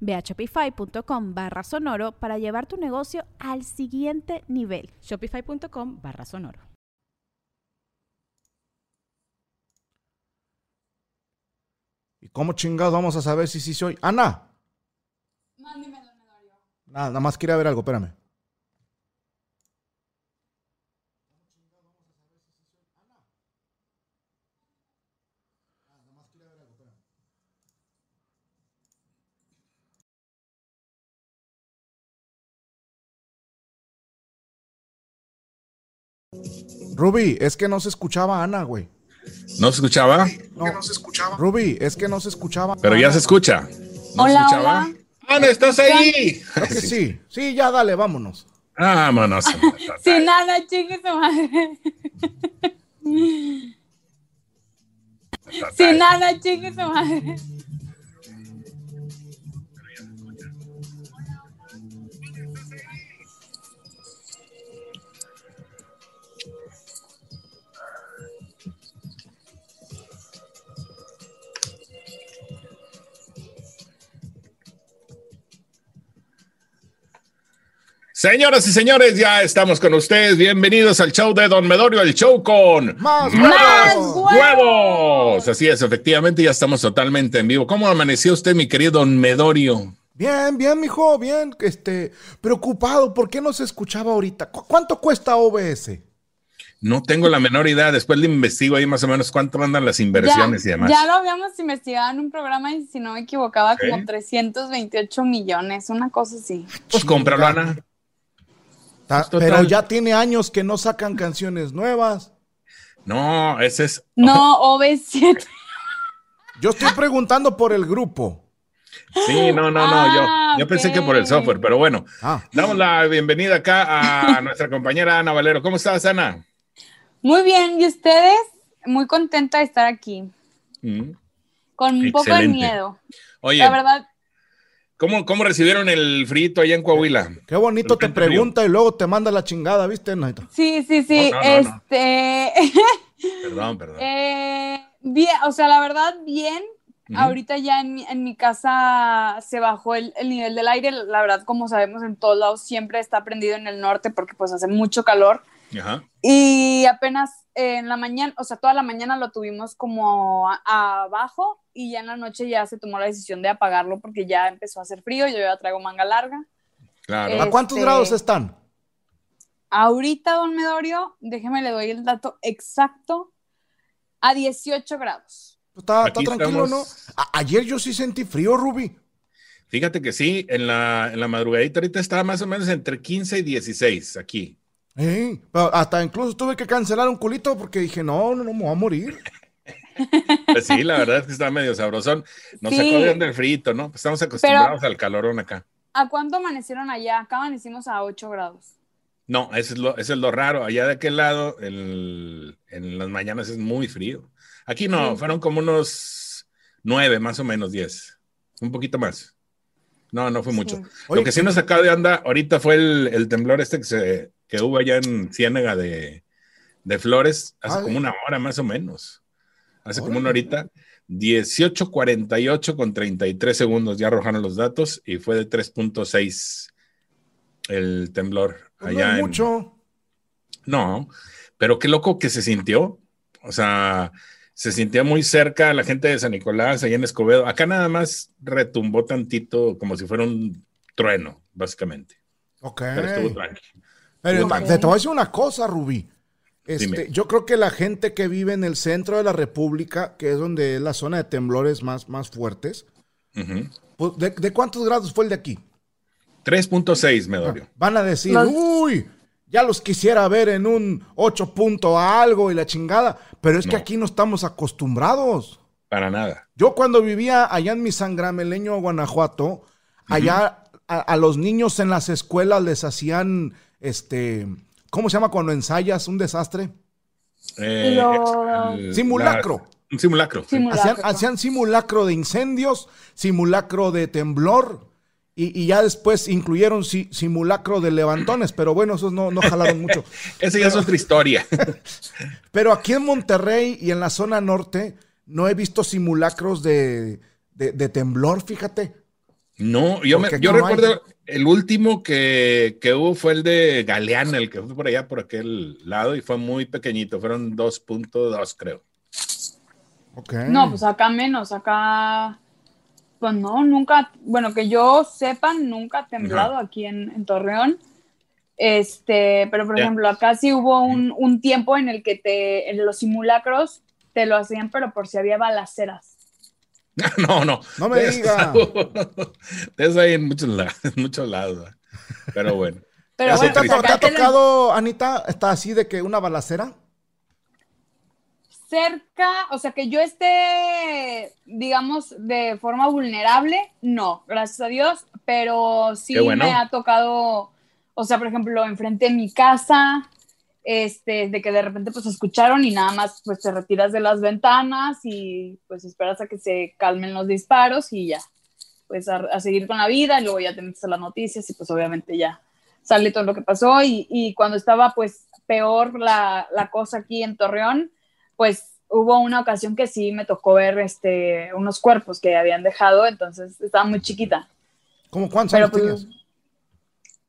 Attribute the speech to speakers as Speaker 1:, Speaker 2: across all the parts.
Speaker 1: Ve a shopify.com barra sonoro para llevar tu negocio al siguiente nivel.
Speaker 2: Shopify.com barra sonoro.
Speaker 3: ¿Y cómo chingados vamos a saber si sí soy? ¡Ana!
Speaker 4: Mándemelo, Nazario.
Speaker 3: Nada, nada más quería ver algo, espérame. Ruby, es que no se escuchaba Ana, güey.
Speaker 5: No se escuchaba,
Speaker 3: Ruby, es que no se escuchaba.
Speaker 5: pero ya se escucha. ¿No se
Speaker 4: Hola,
Speaker 5: escuchaba?
Speaker 4: hola.
Speaker 5: ¡Ana, estás ahí!
Speaker 3: Creo que sí. Sí, ya dale, vámonos.
Speaker 5: Vámonos.
Speaker 4: Sin nada, chingue su madre. Sin nada, chingue su madre.
Speaker 5: Señoras y señores, ya estamos con ustedes. Bienvenidos al show de Don Medorio, el show con
Speaker 3: Más
Speaker 4: ¡Más
Speaker 3: huevos.
Speaker 4: huevos!
Speaker 5: huevos. Así es, efectivamente, ya estamos totalmente en vivo. ¿Cómo amaneció usted, mi querido Don Medorio?
Speaker 3: Bien, bien, mijo, bien. Este, preocupado, ¿por qué no se escuchaba ahorita? ¿Cu- ¿Cuánto cuesta OBS?
Speaker 5: No tengo la menor idea. Después le investigo ahí más o menos cuánto andan las inversiones
Speaker 4: ya,
Speaker 5: y demás.
Speaker 4: ya lo habíamos investigado en un programa y si no me equivocaba,
Speaker 5: Ok.
Speaker 4: como 328 millones, una cosa así.
Speaker 5: Pues cómpralo, Ana.
Speaker 3: Ta-
Speaker 5: Total.
Speaker 3: pero ya tiene años que no sacan canciones nuevas.
Speaker 5: No, ese es.
Speaker 4: No, OB7.
Speaker 3: Yo estoy preguntando por el grupo.
Speaker 5: Sí, no, no, no.
Speaker 4: Ah,
Speaker 5: yo yo pensé que por el
Speaker 4: ok.
Speaker 5: software, pero bueno.
Speaker 3: Ah,
Speaker 5: Damos la bienvenida acá a nuestra compañera Ana Valero. ¿Cómo estás, Ana?
Speaker 4: Muy bien, ¿y ustedes? Muy contenta de estar aquí.
Speaker 5: Mm.
Speaker 4: Con un poco de
Speaker 5: Excelente.
Speaker 4: miedo.
Speaker 5: Oye,
Speaker 4: La verdad,
Speaker 5: ¿cómo, cómo recibieron el frito allá en Coahuila?
Speaker 3: qué bonito te
Speaker 5: Contento,
Speaker 3: pregunta y luego te manda la chingada, ¿viste? Naito?
Speaker 4: sí, sí, sí.
Speaker 5: No, no, no, no.
Speaker 4: este.
Speaker 5: Perdón, perdón.
Speaker 4: eh, bien, o sea, la verdad, bien,
Speaker 5: Ujú.
Speaker 4: Ahorita ya en mi, en mi casa se bajó el, el nivel del aire, la verdad como sabemos en todos lados siempre está prendido en el norte porque pues hace mucho calor
Speaker 5: Ajá.
Speaker 4: y apenas eh, en la mañana, o sea, toda la mañana lo tuvimos como a- abajo y ya en la noche ya se tomó la decisión de apagarlo porque ya empezó a hacer frío, yo ya traigo manga larga.
Speaker 5: Claro.
Speaker 3: ¿A
Speaker 4: Eh.
Speaker 3: cuántos
Speaker 4: Este-
Speaker 3: grados están?
Speaker 4: Ahorita, don Medorio, déjeme le doy el dato exacto, a 18 grados.
Speaker 3: Está, está
Speaker 5: Aquí
Speaker 3: tranquilo,
Speaker 5: estamos.
Speaker 3: ¿no? A- ayer yo sí sentí frío, Ruby.
Speaker 5: Fíjate que sí, en la, en la madrugadita ahorita está más o menos entre 15 y 16 aquí.
Speaker 3: Eh, pero hasta incluso tuve que cancelar un culito porque dije, no, no, no, me voy a morir.
Speaker 5: Pues sí, la verdad es que está medio sabrosón. Nos
Speaker 4: Sí.
Speaker 5: sacó de onda el frito, ¿no? Pues Estamos acostumbrados al calorón acá.
Speaker 4: ¿A cuánto amanecieron allá? Acá amanecimos a 8 grados.
Speaker 5: No, eso es lo, eso es lo raro. Allá de aquel lado, el- en las mañanas es muy frío. Aquí no,
Speaker 4: Sí.
Speaker 5: fueron como unos nueve, más o menos diez. Un poquito más. No, no fue mucho.
Speaker 4: Sí.
Speaker 3: Oye,
Speaker 5: lo que sí nos sacó de onda ahorita fue el, el temblor este que, se, que hubo allá en Ciénaga de, de Flores hace
Speaker 3: Ay.
Speaker 5: como una hora más o menos. Hace como
Speaker 3: Ah, Órale.
Speaker 5: una horita. 18.48 con 33 segundos ya arrojaron los datos y fue de 3.6 el temblor
Speaker 3: pues no
Speaker 5: allá
Speaker 3: es
Speaker 5: en-
Speaker 3: mucho.
Speaker 5: no, pero qué loco que se sintió. O sea, se sintió muy cerca la gente de San Nicolás, allá en Escobedo. Acá nada más retumbó tantito como si fuera un trueno, básicamente.
Speaker 3: Ok.
Speaker 5: Pero
Speaker 3: Pero,
Speaker 5: estuvo tranqui.
Speaker 3: ma- te te voy a decir una cosa, Ruby.
Speaker 5: Dime.
Speaker 3: Este, yo creo que la gente que vive en el centro de la República, que es donde es la zona de temblores más, más fuertes,
Speaker 5: Ujú.
Speaker 3: pues, ¿de, de cuántos grados fue el de aquí?
Speaker 5: 3.6 me dolió.
Speaker 3: Van a decir,
Speaker 4: Los-
Speaker 3: uy, ya los quisiera ver en un 8 punto algo y la chingada, pero es que
Speaker 5: No.
Speaker 3: aquí no estamos acostumbrados.
Speaker 5: Para nada.
Speaker 3: Yo cuando vivía allá en mi sangrameño, Guanajuato, allá a, a los niños en las escuelas les hacían, este, ¿cómo se llama cuando ensayas un desastre?
Speaker 5: Eh,
Speaker 4: Lo-
Speaker 5: el-
Speaker 3: Simulacro.
Speaker 5: la- un simulacro. sí.
Speaker 4: Simulacro.
Speaker 3: Hacían, hacían simulacro de incendios, simulacro de temblor. Y, y ya después incluyeron si- simulacro de levantones, pero bueno, esos no, no jalaron mucho.
Speaker 5: Esa ya es otra historia.
Speaker 3: Pero aquí en Monterrey y en la zona norte no he visto simulacros de, de- de temblor, fíjate.
Speaker 5: No, yo, me-
Speaker 3: Porque aquí
Speaker 5: yo
Speaker 3: no hay.
Speaker 5: recuerdo el último que, que hubo fue el de Galeana, el que fue por allá, por aquel lado, y fue muy pequeñito, fueron 2.2, creo.
Speaker 3: Ok.
Speaker 4: No, pues acá menos, acá. Pues no, nunca, bueno, que yo sepa, nunca ha temblado aquí en, en Torreón. Este, pero por
Speaker 5: Ya.
Speaker 4: ejemplo, acá sí hubo un, un tiempo en el que te, en los simulacros te lo hacían, pero por si había balaceras.
Speaker 5: No, no.
Speaker 3: No me
Speaker 5: de
Speaker 3: diga.
Speaker 5: eso- de eso hay en muchos, la- en muchos lados. ¿verdad? Pero bueno.
Speaker 4: Pero
Speaker 5: Eso
Speaker 4: bueno,
Speaker 3: ¿Te,
Speaker 5: está-
Speaker 4: pues,
Speaker 3: ha- te ha
Speaker 4: acá te lo-
Speaker 3: tocado, Anita, está así de que una balacera?
Speaker 4: cerca, o sea, que yo esté, digamos, de forma vulnerable, no, gracias a Dios, pero sí
Speaker 5: Qué bueno.
Speaker 4: me ha tocado, o sea, por ejemplo, enfrente de mi casa, este, de que de repente pues escucharon y nada más pues te retiras de las ventanas y pues esperas a que se calmen los disparos y ya, pues a, a seguir con la vida y luego ya te metes a las noticias y pues obviamente ya sale todo lo que pasó y, y cuando estaba pues peor la, la cosa aquí en Torreón, pues hubo una ocasión que sí me tocó ver este, unos cuerpos que habían dejado, entonces estaba muy chiquita.
Speaker 3: ¿Cómo cuántos
Speaker 4: Pero
Speaker 3: años
Speaker 4: pues,
Speaker 3: tenías?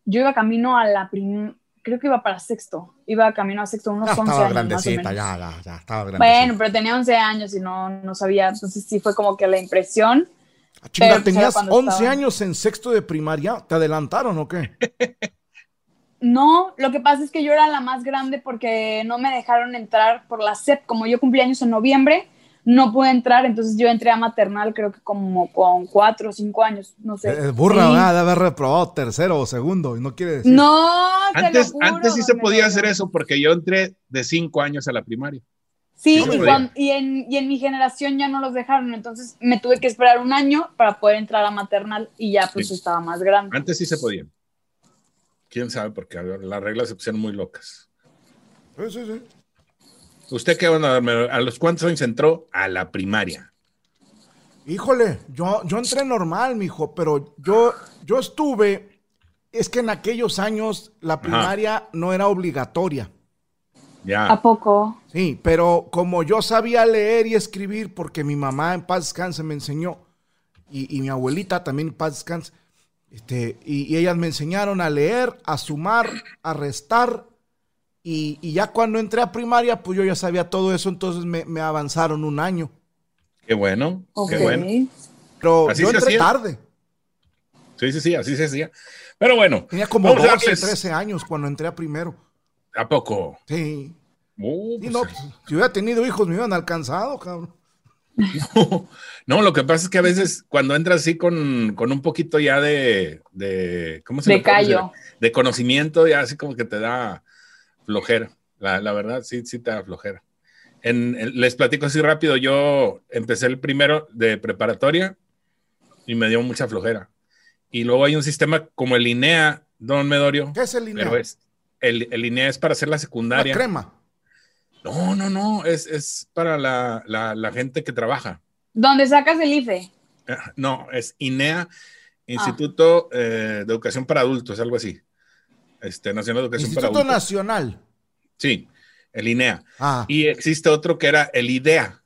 Speaker 4: yo iba camino a la prim... creo que iba para sexto, iba camino a sexto, unos 11
Speaker 3: Ya Ah, estaba
Speaker 4: años. más o
Speaker 3: grandecita,
Speaker 4: menos.
Speaker 3: ya, ya, ya estaba grandecita.
Speaker 4: Bueno, pero tenía 11 años y no, no sabía, entonces sí fue como que la impresión.
Speaker 3: Ah, chinga,
Speaker 4: pero, pues, era
Speaker 3: ¿Tenías
Speaker 4: cuando
Speaker 3: 11
Speaker 4: estaba- Eh,
Speaker 3: años en sexto de primaria? ¿Te adelantaron o qué?
Speaker 4: No, lo que pasa es que yo era la más grande porque no me dejaron entrar por la SEP. Como yo cumplí años en noviembre, no pude entrar, entonces yo entré a maternal creo que como con cuatro o cinco años, no sé.
Speaker 3: Eh, burra,
Speaker 4: Sí.
Speaker 3: ¿verdad? De haber reprobado tercero o segundo, y no quiere decir.
Speaker 4: No, te
Speaker 5: Antes,
Speaker 4: lo juro,
Speaker 5: antes sí se
Speaker 4: me
Speaker 5: podía
Speaker 4: dolió.
Speaker 5: hacer eso porque yo entré de 5 años a la primaria.
Speaker 4: Sí,
Speaker 5: Sí se
Speaker 4: y,
Speaker 5: podía.
Speaker 4: cuan- y en, y en mi generación ya no los dejaron, entonces me tuve que esperar un año para poder entrar a maternal y ya pues
Speaker 5: Sí.
Speaker 4: estaba más grande.
Speaker 5: Antes sí se podía. Quién sabe, porque a ver, las reglas se pusieron muy locas.
Speaker 3: Sí, sí, sí.
Speaker 5: ¿Usted qué van a darme? ¿A los cuántos años entró? A la primaria.
Speaker 3: Híjole, yo, yo entré normal, mijo, pero yo, yo estuve. Es que en aquellos años la primaria no era obligatoria.
Speaker 5: Ya.
Speaker 4: ¿A poco?
Speaker 3: Ah. Sí, pero como yo sabía leer y escribir, porque mi mamá en paz descanse me enseñó, y, y mi abuelita también en paz descanse, este, y, y ellas me enseñaron a leer, a sumar, a restar, y, y ya cuando entré a primaria, pues yo ya sabía todo eso, entonces me, me avanzaron un año.
Speaker 5: Qué bueno.
Speaker 4: Ok.
Speaker 5: Qué bueno.
Speaker 3: Pero
Speaker 5: Así
Speaker 3: yo
Speaker 5: se
Speaker 3: entré
Speaker 5: hacía.
Speaker 3: tarde,
Speaker 5: Sí, sí, sí, así se hacía. Pero bueno.
Speaker 3: tenía como
Speaker 5: vamos a
Speaker 3: 12,
Speaker 5: darles-
Speaker 3: 13 años cuando entré a primero.
Speaker 5: ¿A poco?
Speaker 3: Sí,
Speaker 5: Uh,
Speaker 3: Sí,
Speaker 5: pues,
Speaker 3: no, pues, si hubiera tenido hijos me hubieran alcanzado, cabrón.
Speaker 5: No, lo que pasa es que a veces cuando entras así con, con un poquito ya de, de ¿cómo se
Speaker 4: De
Speaker 5: le puede decir?
Speaker 4: callo.
Speaker 5: De conocimiento, ya así como que te da flojera. La, la verdad, sí, sí te da flojera. En- en- les platico así rápido, yo empecé el primero de preparatoria y me dio mucha flojera. Y luego hay un sistema como el INEA, don Medorio,
Speaker 3: ¿Qué es el INEA?
Speaker 5: pero es, el, el INEA es para hacer la
Speaker 3: Una
Speaker 5: secundaria.
Speaker 3: crema.
Speaker 5: No, no, no, es, es para la, la- la gente que trabaja.
Speaker 4: ¿Dónde sacas el IFE?
Speaker 5: Eh, No, es INEA,
Speaker 3: Ah.
Speaker 5: Instituto eh, de Educación para Adultos, algo así. Este, Nacional de Educación
Speaker 3: Instituto
Speaker 5: para Adultos.
Speaker 3: Nacional.
Speaker 5: Sí, el INEA.
Speaker 3: Ah.
Speaker 5: Y existe otro que era el IDEA,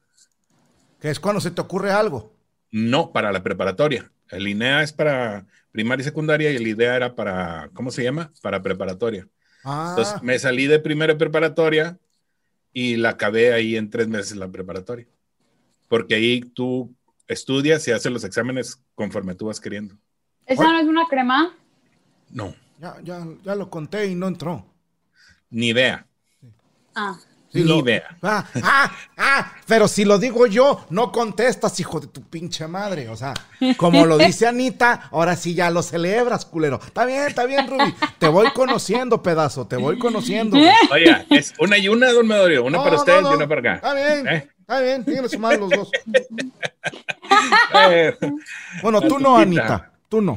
Speaker 3: que es cuando se te ocurre algo.
Speaker 5: no para la preparatoria. El INEA es para primaria y secundaria y el IDEA era para, ¿cómo se llama? Para preparatoria.
Speaker 3: Ah,
Speaker 5: Entonces me salí de primera preparatoria y la acabé ahí en tres meses la preparatoria. Porque ahí tú estudias y haces los exámenes conforme tú vas queriendo.
Speaker 4: ¿Esa
Speaker 3: Oye.
Speaker 4: no es una crema?
Speaker 5: No,
Speaker 3: ya, ya, ya lo conté y no entró.
Speaker 5: ni idea.
Speaker 4: Ah,
Speaker 5: Ni
Speaker 3: lo-
Speaker 5: idea.
Speaker 3: Ah, ah, ah, pero si lo digo yo, no contestas, hijo de tu pinche madre. O sea, como lo dice Anita, ahora sí ya lo celebras, culero. Está bien, está bien, Ruby. Te voy conociendo, pedazo, te voy conociendo.
Speaker 4: ¿Eh?
Speaker 3: güey.
Speaker 5: Oiga, es una y una, don Medorio. Una
Speaker 3: No,
Speaker 5: para
Speaker 3: no,
Speaker 5: ustedes
Speaker 3: no.
Speaker 5: y una para acá.
Speaker 3: Está bien,
Speaker 5: Eh.
Speaker 3: está bien, tienen su madre los dos.
Speaker 5: Eh,
Speaker 3: Bueno, tú no, Anita, tú no.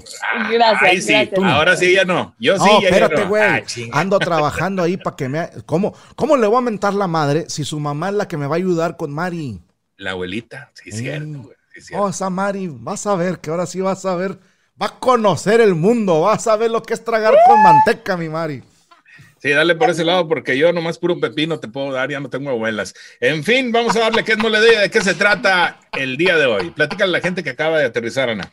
Speaker 4: Gracias,
Speaker 5: Ahí sí,
Speaker 4: gracias.
Speaker 5: ahora sí, ya no. Yo sí,
Speaker 3: no,
Speaker 5: ya
Speaker 3: espérate,
Speaker 5: no.
Speaker 3: güey.
Speaker 5: Ah, chinga.
Speaker 3: Ando trabajando ahí para que me. ¿Cómo, ¿Cómo le voy a mentar la madre si su mamá es la que me va a ayudar con Mari?
Speaker 5: La abuelita, sí,
Speaker 3: Mm.
Speaker 5: cierto, güey, sí, cierto.
Speaker 3: Oh, esa Mari, vas a ver que ahora sí vas a ver. Va a conocer el mundo, vas a ver lo que es tragar con manteca, mi Mari.
Speaker 5: Sí, dale por ese lado porque yo nomás puro pepino te puedo dar, ya no tengo abuelas. En fin, vamos a darle qué es mole de ella, de qué se trata el día de hoy. Platícale a la gente que acaba de aterrizar, Ana.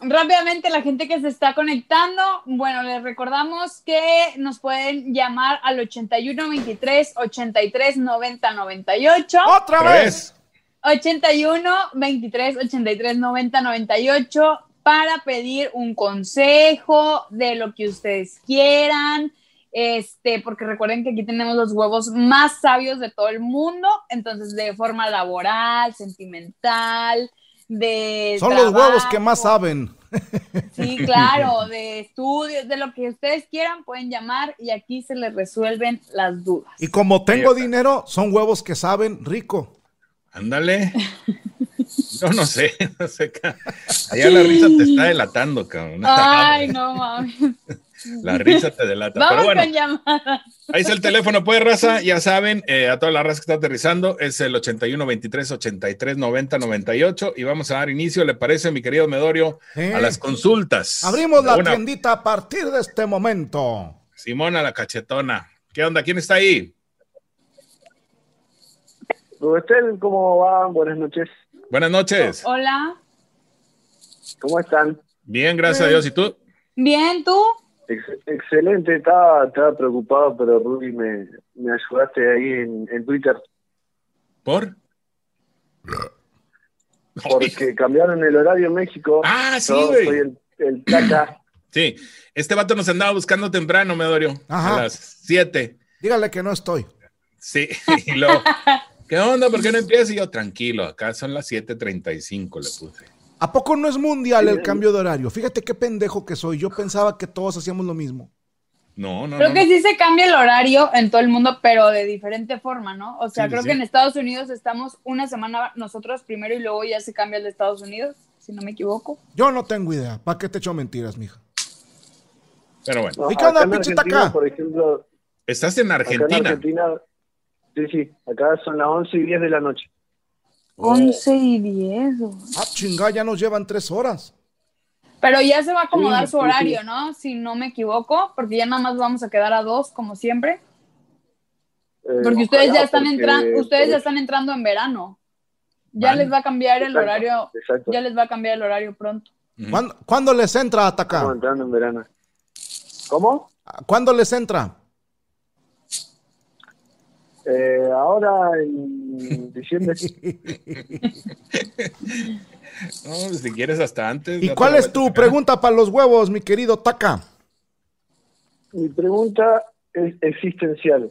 Speaker 4: Rápidamente, la gente que se está conectando, bueno, les recordamos que nos pueden llamar al 81 23 83 90 98.
Speaker 3: ¡Otra
Speaker 5: ¿Otra
Speaker 3: vez!
Speaker 5: vez?
Speaker 4: 81 23 83 90 98 para pedir un consejo de lo que ustedes quieran. Este, porque recuerden que aquí tenemos los huevos más sabios de todo el mundo, entonces de forma laboral, sentimental, de
Speaker 3: Son los huevos que más
Speaker 4: trabajo.
Speaker 3: saben.
Speaker 4: Sí, claro, de estudios, de lo que ustedes quieran, pueden llamar y aquí se les resuelven las dudas.
Speaker 3: Y como tengo dinero, son huevos que saben rico.
Speaker 5: Ándale. Yo no sé, no sé. ca- Allá la risa te está delatando, cabrón.
Speaker 4: Ah. Ay, no mames.
Speaker 5: La risa te delata.
Speaker 4: Vamos
Speaker 5: Pero bueno,
Speaker 4: con llamadas.
Speaker 5: Ahí está el teléfono, pues, raza. Ya saben, eh, a toda la raza que está aterrizando, es el 81 23 83 90 98. Y vamos a dar inicio, ¿le parece, mi querido Medorio?
Speaker 3: Sí.
Speaker 5: A las consultas.
Speaker 3: Abrimos
Speaker 5: De
Speaker 3: la
Speaker 5: una-
Speaker 3: tiendita a partir de este momento.
Speaker 5: Simona la cachetona. ¿Qué onda? ¿Quién está ahí?
Speaker 6: Rubén, ¿cómo va? Buenas noches.
Speaker 5: Buenas noches.
Speaker 4: Hola.
Speaker 6: ¿Cómo están?
Speaker 5: Bien, gracias a Dios. ¿Y tú?
Speaker 4: Bien, tú.
Speaker 6: Ex- excelente, estaba, estaba preocupado, pero Ruby me, me ayudaste ahí en, en Twitter
Speaker 5: ¿Por?
Speaker 6: porque cambiaron el horario en México.
Speaker 5: Ah, sí,
Speaker 6: Yo
Speaker 5: güey.
Speaker 6: soy el, el Tata.
Speaker 5: Sí. Este vato nos andaba buscando temprano, Medorio.
Speaker 3: Ajá.
Speaker 5: A las 7.
Speaker 3: Dígale que no estoy.
Speaker 5: Sí. Y luego, ¿Qué onda? ¿Por qué no empieza? Y yo, tranquilo, acá son las 7.35, le puse.
Speaker 3: ¿A poco no es mundial el cambio de horario? Fíjate qué pendejo que soy. Yo pensaba que todos hacíamos lo mismo.
Speaker 5: No, no,
Speaker 4: Creo
Speaker 5: no.
Speaker 4: que sí se cambia el horario en todo el mundo, pero de diferente forma, ¿no? O sea,
Speaker 5: Sí, sí,
Speaker 4: creo
Speaker 5: sí.
Speaker 4: que en Estados Unidos estamos una semana nosotros primero y luego ya se cambia el de Estados Unidos, si no me equivoco.
Speaker 3: Yo no tengo idea. ¿Para qué te echo mentiras, mija?
Speaker 5: Pero bueno,
Speaker 6: No,
Speaker 3: ¿Y qué onda,
Speaker 6: acá en
Speaker 3: pinche
Speaker 6: Argentina,
Speaker 3: Tata?
Speaker 6: Por ejemplo,
Speaker 5: estás en
Speaker 6: acá en
Speaker 5: Argentina.
Speaker 6: Argentina, sí, sí, acá son las 11 y 10 de la noche.
Speaker 4: 11 y 10. güey.
Speaker 3: Ah, chingada, ya nos llevan tres horas.
Speaker 4: Pero ya se va a acomodar
Speaker 6: Sí,
Speaker 4: su
Speaker 6: sí, sí.
Speaker 4: horario, ¿no? Si no me equivoco, porque ya nada más vamos a quedar a dos, como siempre.
Speaker 6: Eh,
Speaker 4: Porque ustedes
Speaker 6: ojalá,
Speaker 4: ya están
Speaker 6: porque- pues,
Speaker 4: entrando, ustedes ya
Speaker 6: porque-
Speaker 4: están entrando en verano. Ya
Speaker 5: Van.
Speaker 4: les va a cambiar el
Speaker 6: Exacto,
Speaker 4: horario,
Speaker 6: Exacto,
Speaker 4: ya les va a cambiar el horario pronto.
Speaker 5: Ujú.
Speaker 3: ¿Cuándo, cuándo les entra
Speaker 6: estamos
Speaker 3: atacar?
Speaker 6: entrando en verano. ¿Cómo?
Speaker 3: ¿Cuándo les entra?
Speaker 6: Eh, ahora en diciembre.
Speaker 5: No, si quieres hasta antes.
Speaker 3: ¿Y
Speaker 5: ya
Speaker 3: cuál
Speaker 5: te la
Speaker 3: es
Speaker 5: voy a
Speaker 3: tu
Speaker 5: sacar.
Speaker 3: pregunta para los huevos, mi querido Taca?
Speaker 6: Mi pregunta es existencial.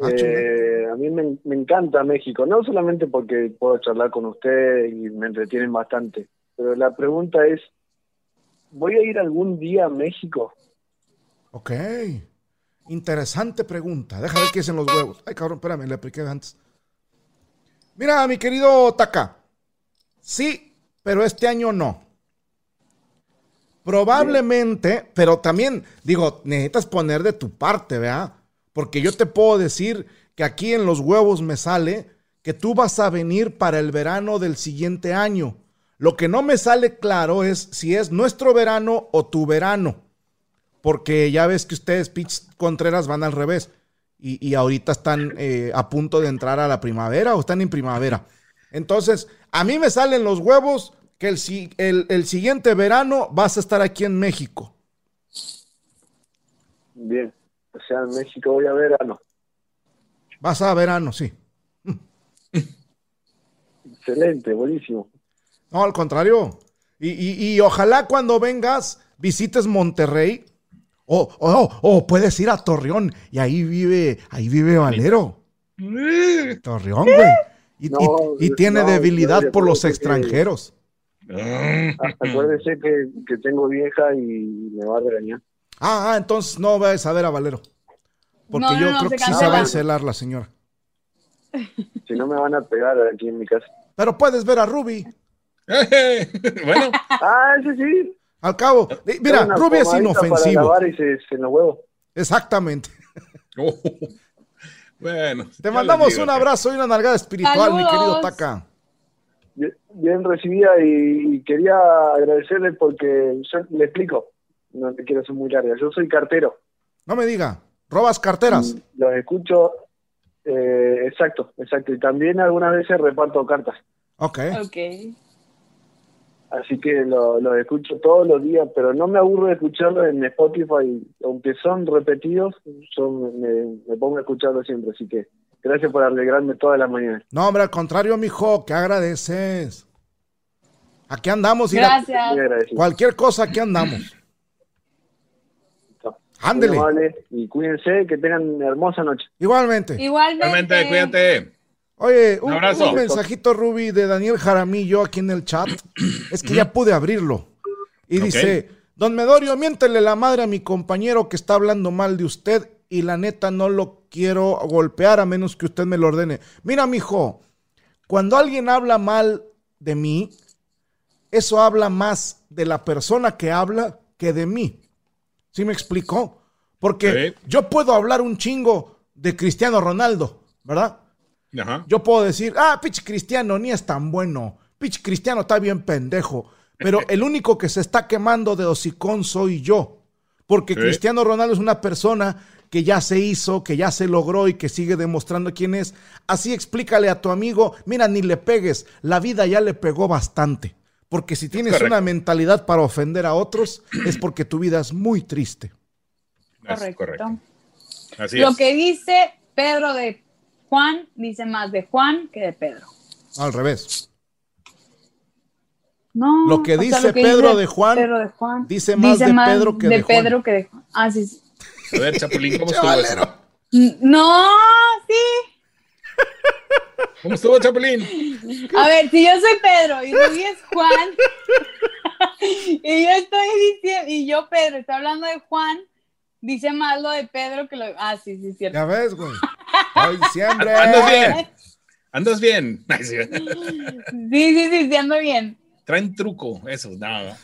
Speaker 3: Ah,
Speaker 6: Eh, a mí me, me encanta México, no solamente porque puedo charlar con ustedes y me entretienen bastante, pero la pregunta es, ¿voy a ir algún día a México?
Speaker 3: Ok. Interesante pregunta. Deja ver qué dicen los huevos. Ay, cabrón, espérame, le apliqué antes. Mira, mi querido Taka. Sí, pero este año no. Probablemente, pero también, digo, necesitas poner de tu parte, ¿verdad? Porque yo te puedo decir que aquí en los huevos me sale que tú vas a venir para el verano del siguiente año. Lo que no me sale claro es si es nuestro verano o tu verano porque ya ves que ustedes, Pitch Contreras, van al revés. Y, y ahorita están eh, a punto de entrar a la primavera o están en primavera. Entonces, a mí me salen los huevos que el, si- el- el siguiente verano vas a estar aquí en México.
Speaker 6: Bien, o sea, en México voy a ah, verano.
Speaker 3: Vas a verano, sí.
Speaker 6: Excelente, buenísimo.
Speaker 3: No, al contrario. Y, y- y ojalá cuando vengas visites Monterrey. O o- o- o puedes ir a Torreón y ahí vive, ahí vive Valero. Torreón, güey. Y,
Speaker 6: No,
Speaker 3: y- y
Speaker 6: no,
Speaker 3: tiene
Speaker 6: no,
Speaker 3: debilidad
Speaker 6: yo
Speaker 3: por los
Speaker 6: creo que- Ah,
Speaker 3: extranjeros.
Speaker 6: Acuérdese que, que tengo vieja y me va a regañar.
Speaker 3: Ah, ah, entonces no vayas a ver a Valero. Porque
Speaker 4: No, no,
Speaker 3: yo
Speaker 4: no,
Speaker 3: creo
Speaker 4: se
Speaker 3: que sí se
Speaker 4: cancela.
Speaker 3: va a encelar la señora.
Speaker 6: Si no, me van a pegar aquí en mi casa.
Speaker 3: Pero puedes ver a Ruby.
Speaker 5: bueno,
Speaker 6: Ah, ese sí.
Speaker 3: Al cabo, eh, mira,
Speaker 6: Una
Speaker 3: Ruby es
Speaker 6: pomadita Para
Speaker 3: inofensivo.
Speaker 6: lavar y se, se nos huevo.
Speaker 3: Exactamente.
Speaker 5: Oh, bueno.
Speaker 3: Te mandamos un abrazo y una nalgada espiritual, mi querido
Speaker 4: Saludos.
Speaker 3: Taca.
Speaker 6: Bien- Bien recibida y quería agradecerle porque yo le explico. No te quiero ser muy larga. Yo soy cartero.
Speaker 3: No me diga, robas carteras.
Speaker 6: Los escucho. eh, exacto, exacto. Y también algunas veces reparto cartas.
Speaker 3: Ok.
Speaker 4: Ok.
Speaker 6: Así que lo- los escucho todos los días, pero no me aburro de escucharlos en Spotify. Aunque son repetidos, yo me, me- me pongo a escucharlos siempre. Así que gracias por alegrarme todas las mañanas.
Speaker 3: No, hombre, al contrario, mijo, que agradeces. Aquí andamos, mira.
Speaker 4: Gracias.
Speaker 6: Muy agradecido.
Speaker 3: Cualquier cosa, aquí andamos. Ándele.
Speaker 6: Muy amable, y cuídense, que tengan una hermosa noche.
Speaker 3: Igualmente.
Speaker 4: Igualmente.
Speaker 5: Realmente, cuídate.
Speaker 3: Oye, un,
Speaker 5: Un abrazo.
Speaker 3: un mensajito, Ruby, de Daniel Jaramillo aquí en el chat. Es que ya pude abrirlo. Y
Speaker 5: Ok.
Speaker 3: dice, don Medorio, miéntele la madre a mi compañero que está hablando mal de usted y la neta no lo quiero golpear a menos que usted me lo ordene. Mira, mijo, cuando alguien habla mal de mí, eso habla más de la persona que habla que de mí. ¿Sí me explicó? Porque
Speaker 5: Sí.
Speaker 3: yo puedo hablar un chingo de Cristiano Ronaldo, ¿verdad?
Speaker 5: Ajá.
Speaker 3: Yo puedo decir, ah, pitch cristiano, ni es tan bueno. Pitch cristiano está bien pendejo. Pero el único que se está quemando de hocicón soy yo. Porque
Speaker 5: Sí.
Speaker 3: Cristiano Ronaldo es una persona que ya se hizo, que ya se logró y que sigue demostrando quién es. Así explícale a tu amigo, mira, ni le pegues, la vida ya le pegó bastante. Porque si tienes
Speaker 5: correcto.
Speaker 3: una mentalidad para ofender a otros, es porque tu vida es muy triste.
Speaker 5: Es correcto. Así
Speaker 4: Lo
Speaker 5: es.
Speaker 4: que dice Pedro de Juan dice más de Juan que de Pedro.
Speaker 3: Al revés.
Speaker 4: No.
Speaker 3: Lo que
Speaker 4: o sea,
Speaker 3: dice Pedro de Juan,
Speaker 4: Pedro de Juan
Speaker 3: dice más de Pedro que de Juan.
Speaker 4: Pedro que de Juan. Ah, sí, sí.
Speaker 5: A ver, Chapulín, ¿cómo estuvo eso?
Speaker 4: N- No, sí.
Speaker 5: ¿Cómo estuvo, Chapulín?
Speaker 4: A ver, si yo soy Pedro y Rubí es Juan y yo estoy diciendo, y yo Pedro está hablando de Juan, dice más lo de Pedro que lo de... Ah, sí, sí, es cierto.
Speaker 3: Ya ves, güey. Hoy siempre.
Speaker 5: Andas bien. Andas bien. Ay, sí.
Speaker 4: Sí, sí, sí, sí, ando bien.
Speaker 5: Traen truco, eso, nada.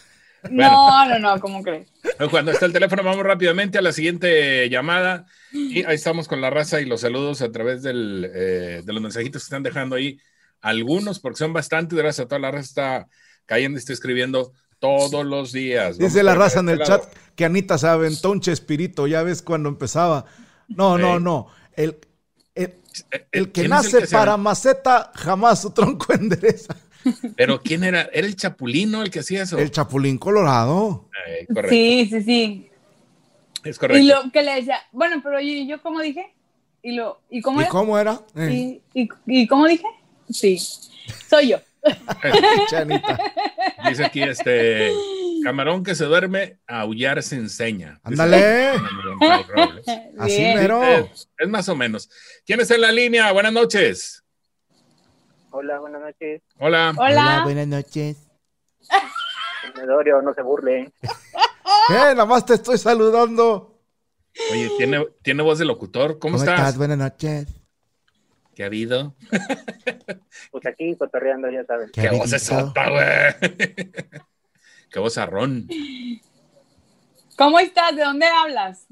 Speaker 4: No, no, no, ¿cómo crees?
Speaker 5: Cuando está el teléfono, vamos rápidamente a la siguiente llamada. Y ahí estamos con la raza y los saludos a través del, eh, de los mensajitos que están dejando ahí. Algunos, porque son bastantes, gracias a toda la raza está cayendo y está escribiendo todos los días.
Speaker 3: Dice
Speaker 5: Vamos
Speaker 3: la
Speaker 5: por
Speaker 3: raza en el
Speaker 5: este lado.
Speaker 3: chat que Anita se aventó un chespirito, ya ves cuando empezaba. No, no,
Speaker 5: Ey.
Speaker 3: no. El, el,
Speaker 5: Eh,
Speaker 3: el que
Speaker 5: ¿quién es
Speaker 3: nace
Speaker 5: el que se-
Speaker 3: para maceta jamás su tronco endereza.
Speaker 5: Pero ¿quién era? ¿Era el Chapulino el que hacía eso?
Speaker 3: El chapulín colorado.
Speaker 5: Eh, correcto.
Speaker 4: Sí, sí, sí.
Speaker 5: Es correcto.
Speaker 4: Y lo que le decía, bueno, pero ¿y yo cómo dije? ¿Y, lo, ¿y cómo
Speaker 3: ¿Y
Speaker 4: era?
Speaker 3: cómo era? Eh,
Speaker 4: ¿Y, y, y cómo dije? Sí, soy yo.
Speaker 3: che, Anita.
Speaker 5: Dice aquí este camarón que se duerme, aullar se enseña. Dice
Speaker 3: Ándale.
Speaker 5: aquí Camarón Ray Robles.
Speaker 3: Así
Speaker 4: Bien.
Speaker 3: mero.
Speaker 5: Es, es más o menos. ¿Quién está en la línea? Buenas noches.
Speaker 7: Hola, buenas noches.
Speaker 5: Hola.
Speaker 4: Hola.
Speaker 3: buenas noches.
Speaker 7: Medorio, no se burle.
Speaker 4: ¡Oh!
Speaker 3: Eh, nada más te estoy saludando.
Speaker 5: Oye, ¿tiene, tiene voz de locutor. ¿Cómo, estás?
Speaker 3: Buenas noches.
Speaker 5: ¿Qué ha habido?
Speaker 7: Pues aquí cotorreando, ya sabes.
Speaker 5: ¿Qué, voz es sota, güey? ¿Qué voz arrón?
Speaker 4: ¿Cómo estás? ¿De dónde hablas?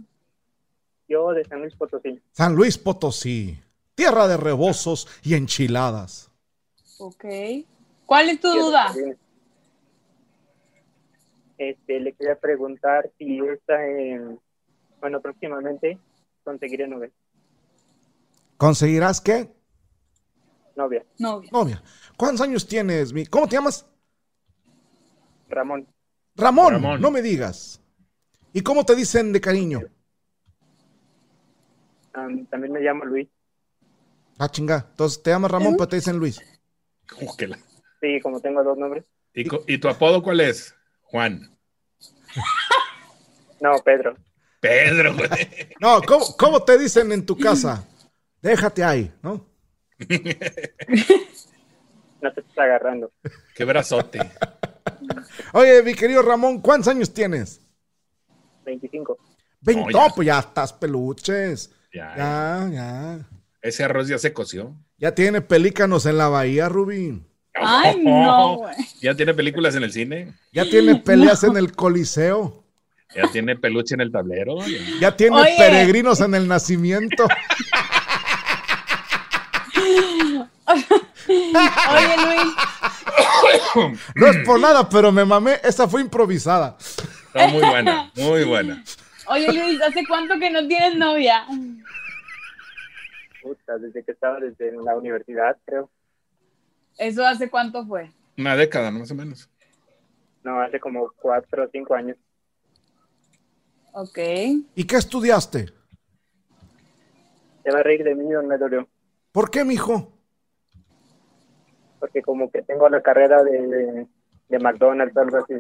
Speaker 7: Yo de San Luis Potosí.
Speaker 3: San Luis Potosí, tierra de rebozos y enchiladas.
Speaker 4: Ok. ¿Cuál es tu
Speaker 7: Quiero
Speaker 4: duda?
Speaker 7: saber, Este, le quería preguntar si está en, bueno, próximamente conseguiré novia.
Speaker 3: ¿Conseguirás qué?
Speaker 7: Novia,
Speaker 4: Novia.
Speaker 3: Novia. ¿Cuántos años tienes? mi- ¿Cómo te llamas?
Speaker 7: Ramón,
Speaker 3: Ramón,
Speaker 5: Ramón.
Speaker 3: no me digas. ¿Y cómo te dicen de cariño?
Speaker 7: am, también me llamo Luis.
Speaker 3: Ah, chinga. Entonces te llamas Ramón, pero te dicen Luis.
Speaker 5: Oh, que la-
Speaker 7: Sí, como tengo dos nombres.
Speaker 5: ¿Y, co- y tu apodo cuál es? Juan.
Speaker 7: No, Pedro.
Speaker 5: Pedro, güey.
Speaker 3: No, ¿cómo, cómo te dicen en tu casa? Déjate ahí, ¿no?
Speaker 7: No te estás agarrando.
Speaker 5: Qué brazote.
Speaker 3: Oye, mi querido Ramón, ¿cuántos años tienes?
Speaker 7: 25.
Speaker 3: Veinte.
Speaker 5: No,
Speaker 3: No,
Speaker 5: ya.
Speaker 3: pues ya estás peluches.
Speaker 5: Ya,
Speaker 3: Ya, ya.
Speaker 5: Ese arroz ya se coció.
Speaker 3: Ya tiene pelícanos en la bahía, Rubín.
Speaker 4: Ay, no, güey.
Speaker 5: Ya tiene películas en el cine.
Speaker 3: Ya tiene peleas en el Coliseo.
Speaker 5: Ya tiene peluche en el tablero. ya.
Speaker 3: Ya tiene
Speaker 4: Oye.
Speaker 3: peregrinos en el nacimiento.
Speaker 4: Oye, Luis,
Speaker 3: No es por nada, pero me mamé. Esa fue improvisada.
Speaker 5: Está muy buena, muy buena.
Speaker 4: oye, Luis, ¿hace cuánto que no tienes novia?
Speaker 7: Puta, desde que estaba desde la universidad, creo.
Speaker 4: ¿Eso hace cuánto fue?
Speaker 5: Una década, ¿no? más o menos.
Speaker 7: No, hace como cuatro o cinco años.
Speaker 4: Ok.
Speaker 3: ¿Y qué estudiaste?
Speaker 7: Se va a reír de mí, don me dolió.
Speaker 3: ¿Por qué, mijo?
Speaker 7: Porque como que tengo la carrera de, de, de McDonald's, algo así.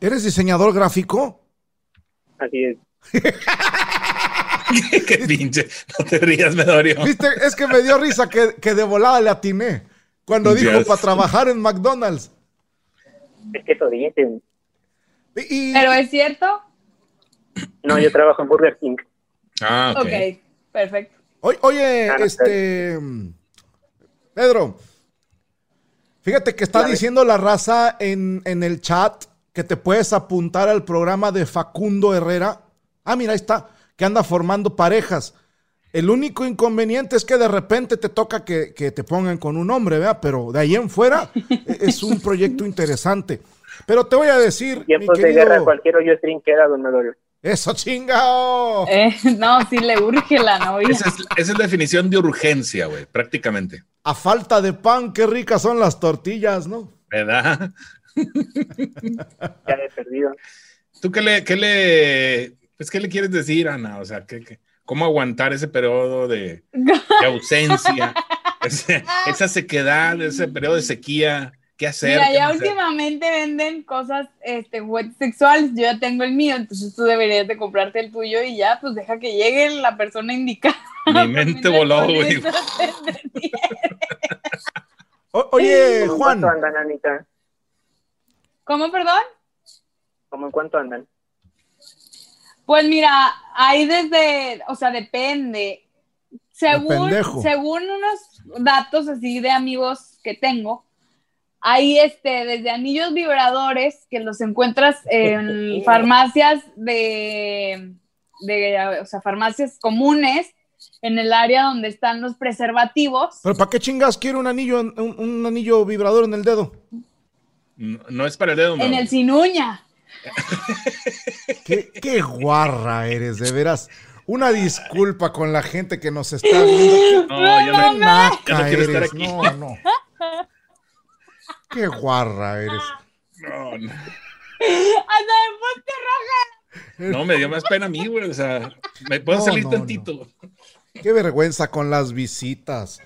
Speaker 3: ¿Eres diseñador gráfico?
Speaker 7: Así es.
Speaker 5: Qué pinche. No te rías, Medorio.
Speaker 3: ¿Viste? Es que me dio risa que, que de volada le atiné. Cuando dijo
Speaker 5: Yes.
Speaker 3: para trabajar en McDonald's.
Speaker 7: Es que eso dicen.
Speaker 3: Y, y-
Speaker 4: ¿Pero es cierto?
Speaker 7: No, yo trabajo en Burger King.
Speaker 5: Ah, ok.
Speaker 4: Ok, perfecto.
Speaker 3: oy- oye,
Speaker 7: Ah, no,
Speaker 3: este. Pedro, fíjate que está
Speaker 7: Dígame.
Speaker 3: diciendo la raza en, en el chat que te puedes apuntar al programa de Facundo Herrera. Ah, mira, ahí está, que anda formando parejas. El único inconveniente es que de repente te toca que, que te pongan con un hombre, ¿verdad? Pero de ahí en fuera e- es un proyecto interesante. Pero te voy a decir, mi
Speaker 7: Tiempos de
Speaker 3: querido-
Speaker 7: guerra, cualquier hoyo es trinquera, don Medorio.
Speaker 3: Eso, chingao.
Speaker 4: Eh, no, sí le urge la novia.
Speaker 5: Esa es, esa es la definición de urgencia, güey, prácticamente.
Speaker 3: A falta de pan, qué ricas son las tortillas, ¿no?
Speaker 5: ¿Verdad?
Speaker 7: Ya he perdido.
Speaker 5: ¿Tú qué le, qué le, pues, qué le quieres decir, Ana? O sea, ¿qué, qué- cómo aguantar ese periodo de, de ausencia? Ese- esa sequedad, ese periodo de sequía. ¿Qué hacer?
Speaker 4: Mira,
Speaker 5: ¿Qué
Speaker 4: ya
Speaker 5: no hacer?
Speaker 4: últimamente venden cosas este, juguetes sexuales, yo ya tengo el mío, entonces tú deberías de comprarte el tuyo y ya, pues deja que llegue la persona indicada.
Speaker 5: Mi mente voló, güey.
Speaker 3: O- oye,
Speaker 7: ¿Cómo en
Speaker 3: Juan,
Speaker 7: cuánto andan, Anita?
Speaker 4: ¿Cómo, perdón?
Speaker 7: ¿Cómo en cuánto andan?
Speaker 4: Pues mira, ahí desde, o sea, depende. Según,
Speaker 3: pendejo.
Speaker 4: según unos datos así de amigos que tengo, hay este, desde anillos vibradores que los encuentras en farmacias de, de, o sea, farmacias comunes en el área donde están los preservativos.
Speaker 3: ¿pero para qué chingas quiere un anillo, en- un, un anillo vibrador en el dedo?
Speaker 5: No, no es para el dedo,
Speaker 4: En
Speaker 5: no.
Speaker 4: el sin uña.
Speaker 3: ¿Qué, qué guarra eres, de veras. Una disculpa con la gente que nos está viendo. Qué
Speaker 5: No, yo no-
Speaker 3: naca
Speaker 5: Ya no quiero estar
Speaker 3: eres.
Speaker 5: aquí.
Speaker 3: No, no.
Speaker 4: Ah,
Speaker 3: Qué guarra eres.
Speaker 5: no, no.
Speaker 4: Hasta me puse roja.
Speaker 5: No, me dio más pena a mí, güey. O sea, me puedo
Speaker 3: No,
Speaker 5: salir
Speaker 3: no,
Speaker 5: tantito.
Speaker 3: Qué vergüenza con las visitas.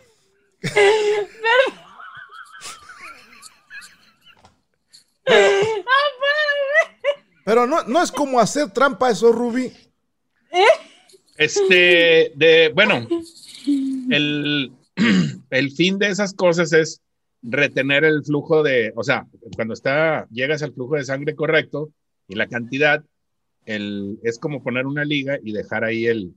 Speaker 4: Ah,
Speaker 3: Pero no, no es como hacer trampa eso, Ruby.
Speaker 5: ¿Eh? Este, de, bueno, el, el fin de esas cosas es retener el flujo de, o sea, cuando está, llegas al flujo de sangre correcto y la cantidad, el, es como poner una liga y dejar ahí el,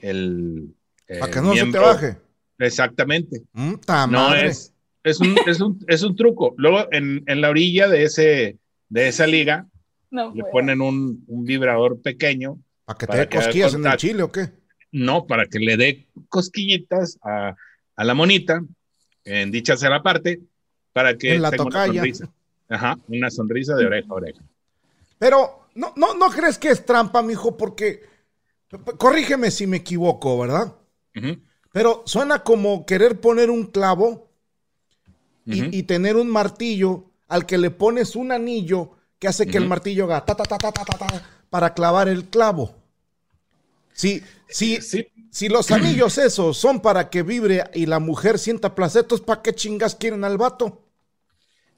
Speaker 5: el eh,
Speaker 3: Para que no se te
Speaker 5: miembro.
Speaker 3: baje.
Speaker 5: Exactamente.
Speaker 3: Mm, ta
Speaker 5: No
Speaker 3: madre.
Speaker 5: es, es un, es un, es un truco. Luego en, en la orilla de ese, de esa liga,
Speaker 4: No,
Speaker 5: le
Speaker 4: puedo.
Speaker 5: ponen un, un vibrador pequeño
Speaker 3: ¿Para que te
Speaker 5: para
Speaker 3: dé
Speaker 5: que haga
Speaker 3: cosquillas en el
Speaker 5: contacto.
Speaker 3: chile o qué?
Speaker 5: no, para que le dé cosquillitas a, a la monita, en dicha sea la parte, para que
Speaker 3: En la
Speaker 5: tenga una
Speaker 3: tocaya.
Speaker 5: sonrisa. Ajá, una sonrisa de oreja a oreja.
Speaker 3: Pero no, no, no crees que es trampa, mijo, porque. Corrígeme si me equivoco, ¿verdad?
Speaker 5: Ujú,
Speaker 3: Pero suena como querer poner un clavo y,
Speaker 5: ujú.
Speaker 3: y tener un martillo al que le pones un anillo que hace que el
Speaker 5: Ujú.
Speaker 3: martillo haga ta, ta, ta, ta, ta, ta, ta, para clavar el clavo. Si, si,
Speaker 5: Sí,
Speaker 3: si los anillos esos son para que vibre y la mujer sienta placer, entonces ¿para qué chingas quieren al vato?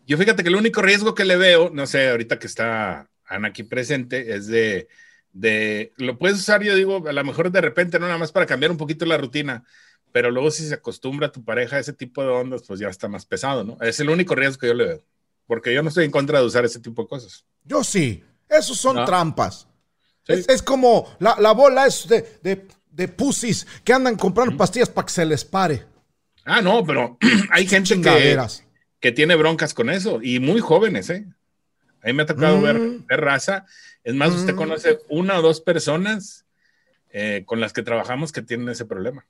Speaker 5: yo fíjate que el único riesgo que le veo, no sé, ahorita que está Ana aquí presente, es de, de, lo puedes usar, yo digo, a lo mejor de repente, no nada más para cambiar un poquito la rutina, Pero luego si se acostumbra a tu pareja a ese tipo de ondas, pues ya está más pesado, ¿no? Es el único riesgo que yo le veo. Porque yo no estoy en contra de usar ese tipo de cosas.
Speaker 3: Yo sí. Esos son
Speaker 5: No.
Speaker 3: trampas.
Speaker 5: Sí.
Speaker 3: Es, es como la, la bola es de, de, de pussies que andan comprando pastillas para que se les pare.
Speaker 5: Ah, no, pero hay gente que,
Speaker 3: Chingaderas.
Speaker 5: que tiene broncas con eso y muy jóvenes, ¿eh? A mí me ha tocado
Speaker 3: Mm.
Speaker 5: ver, ver raza. Es más, usted
Speaker 3: Mm.
Speaker 5: conoce una o dos personas eh, con las que trabajamos que tienen ese problema.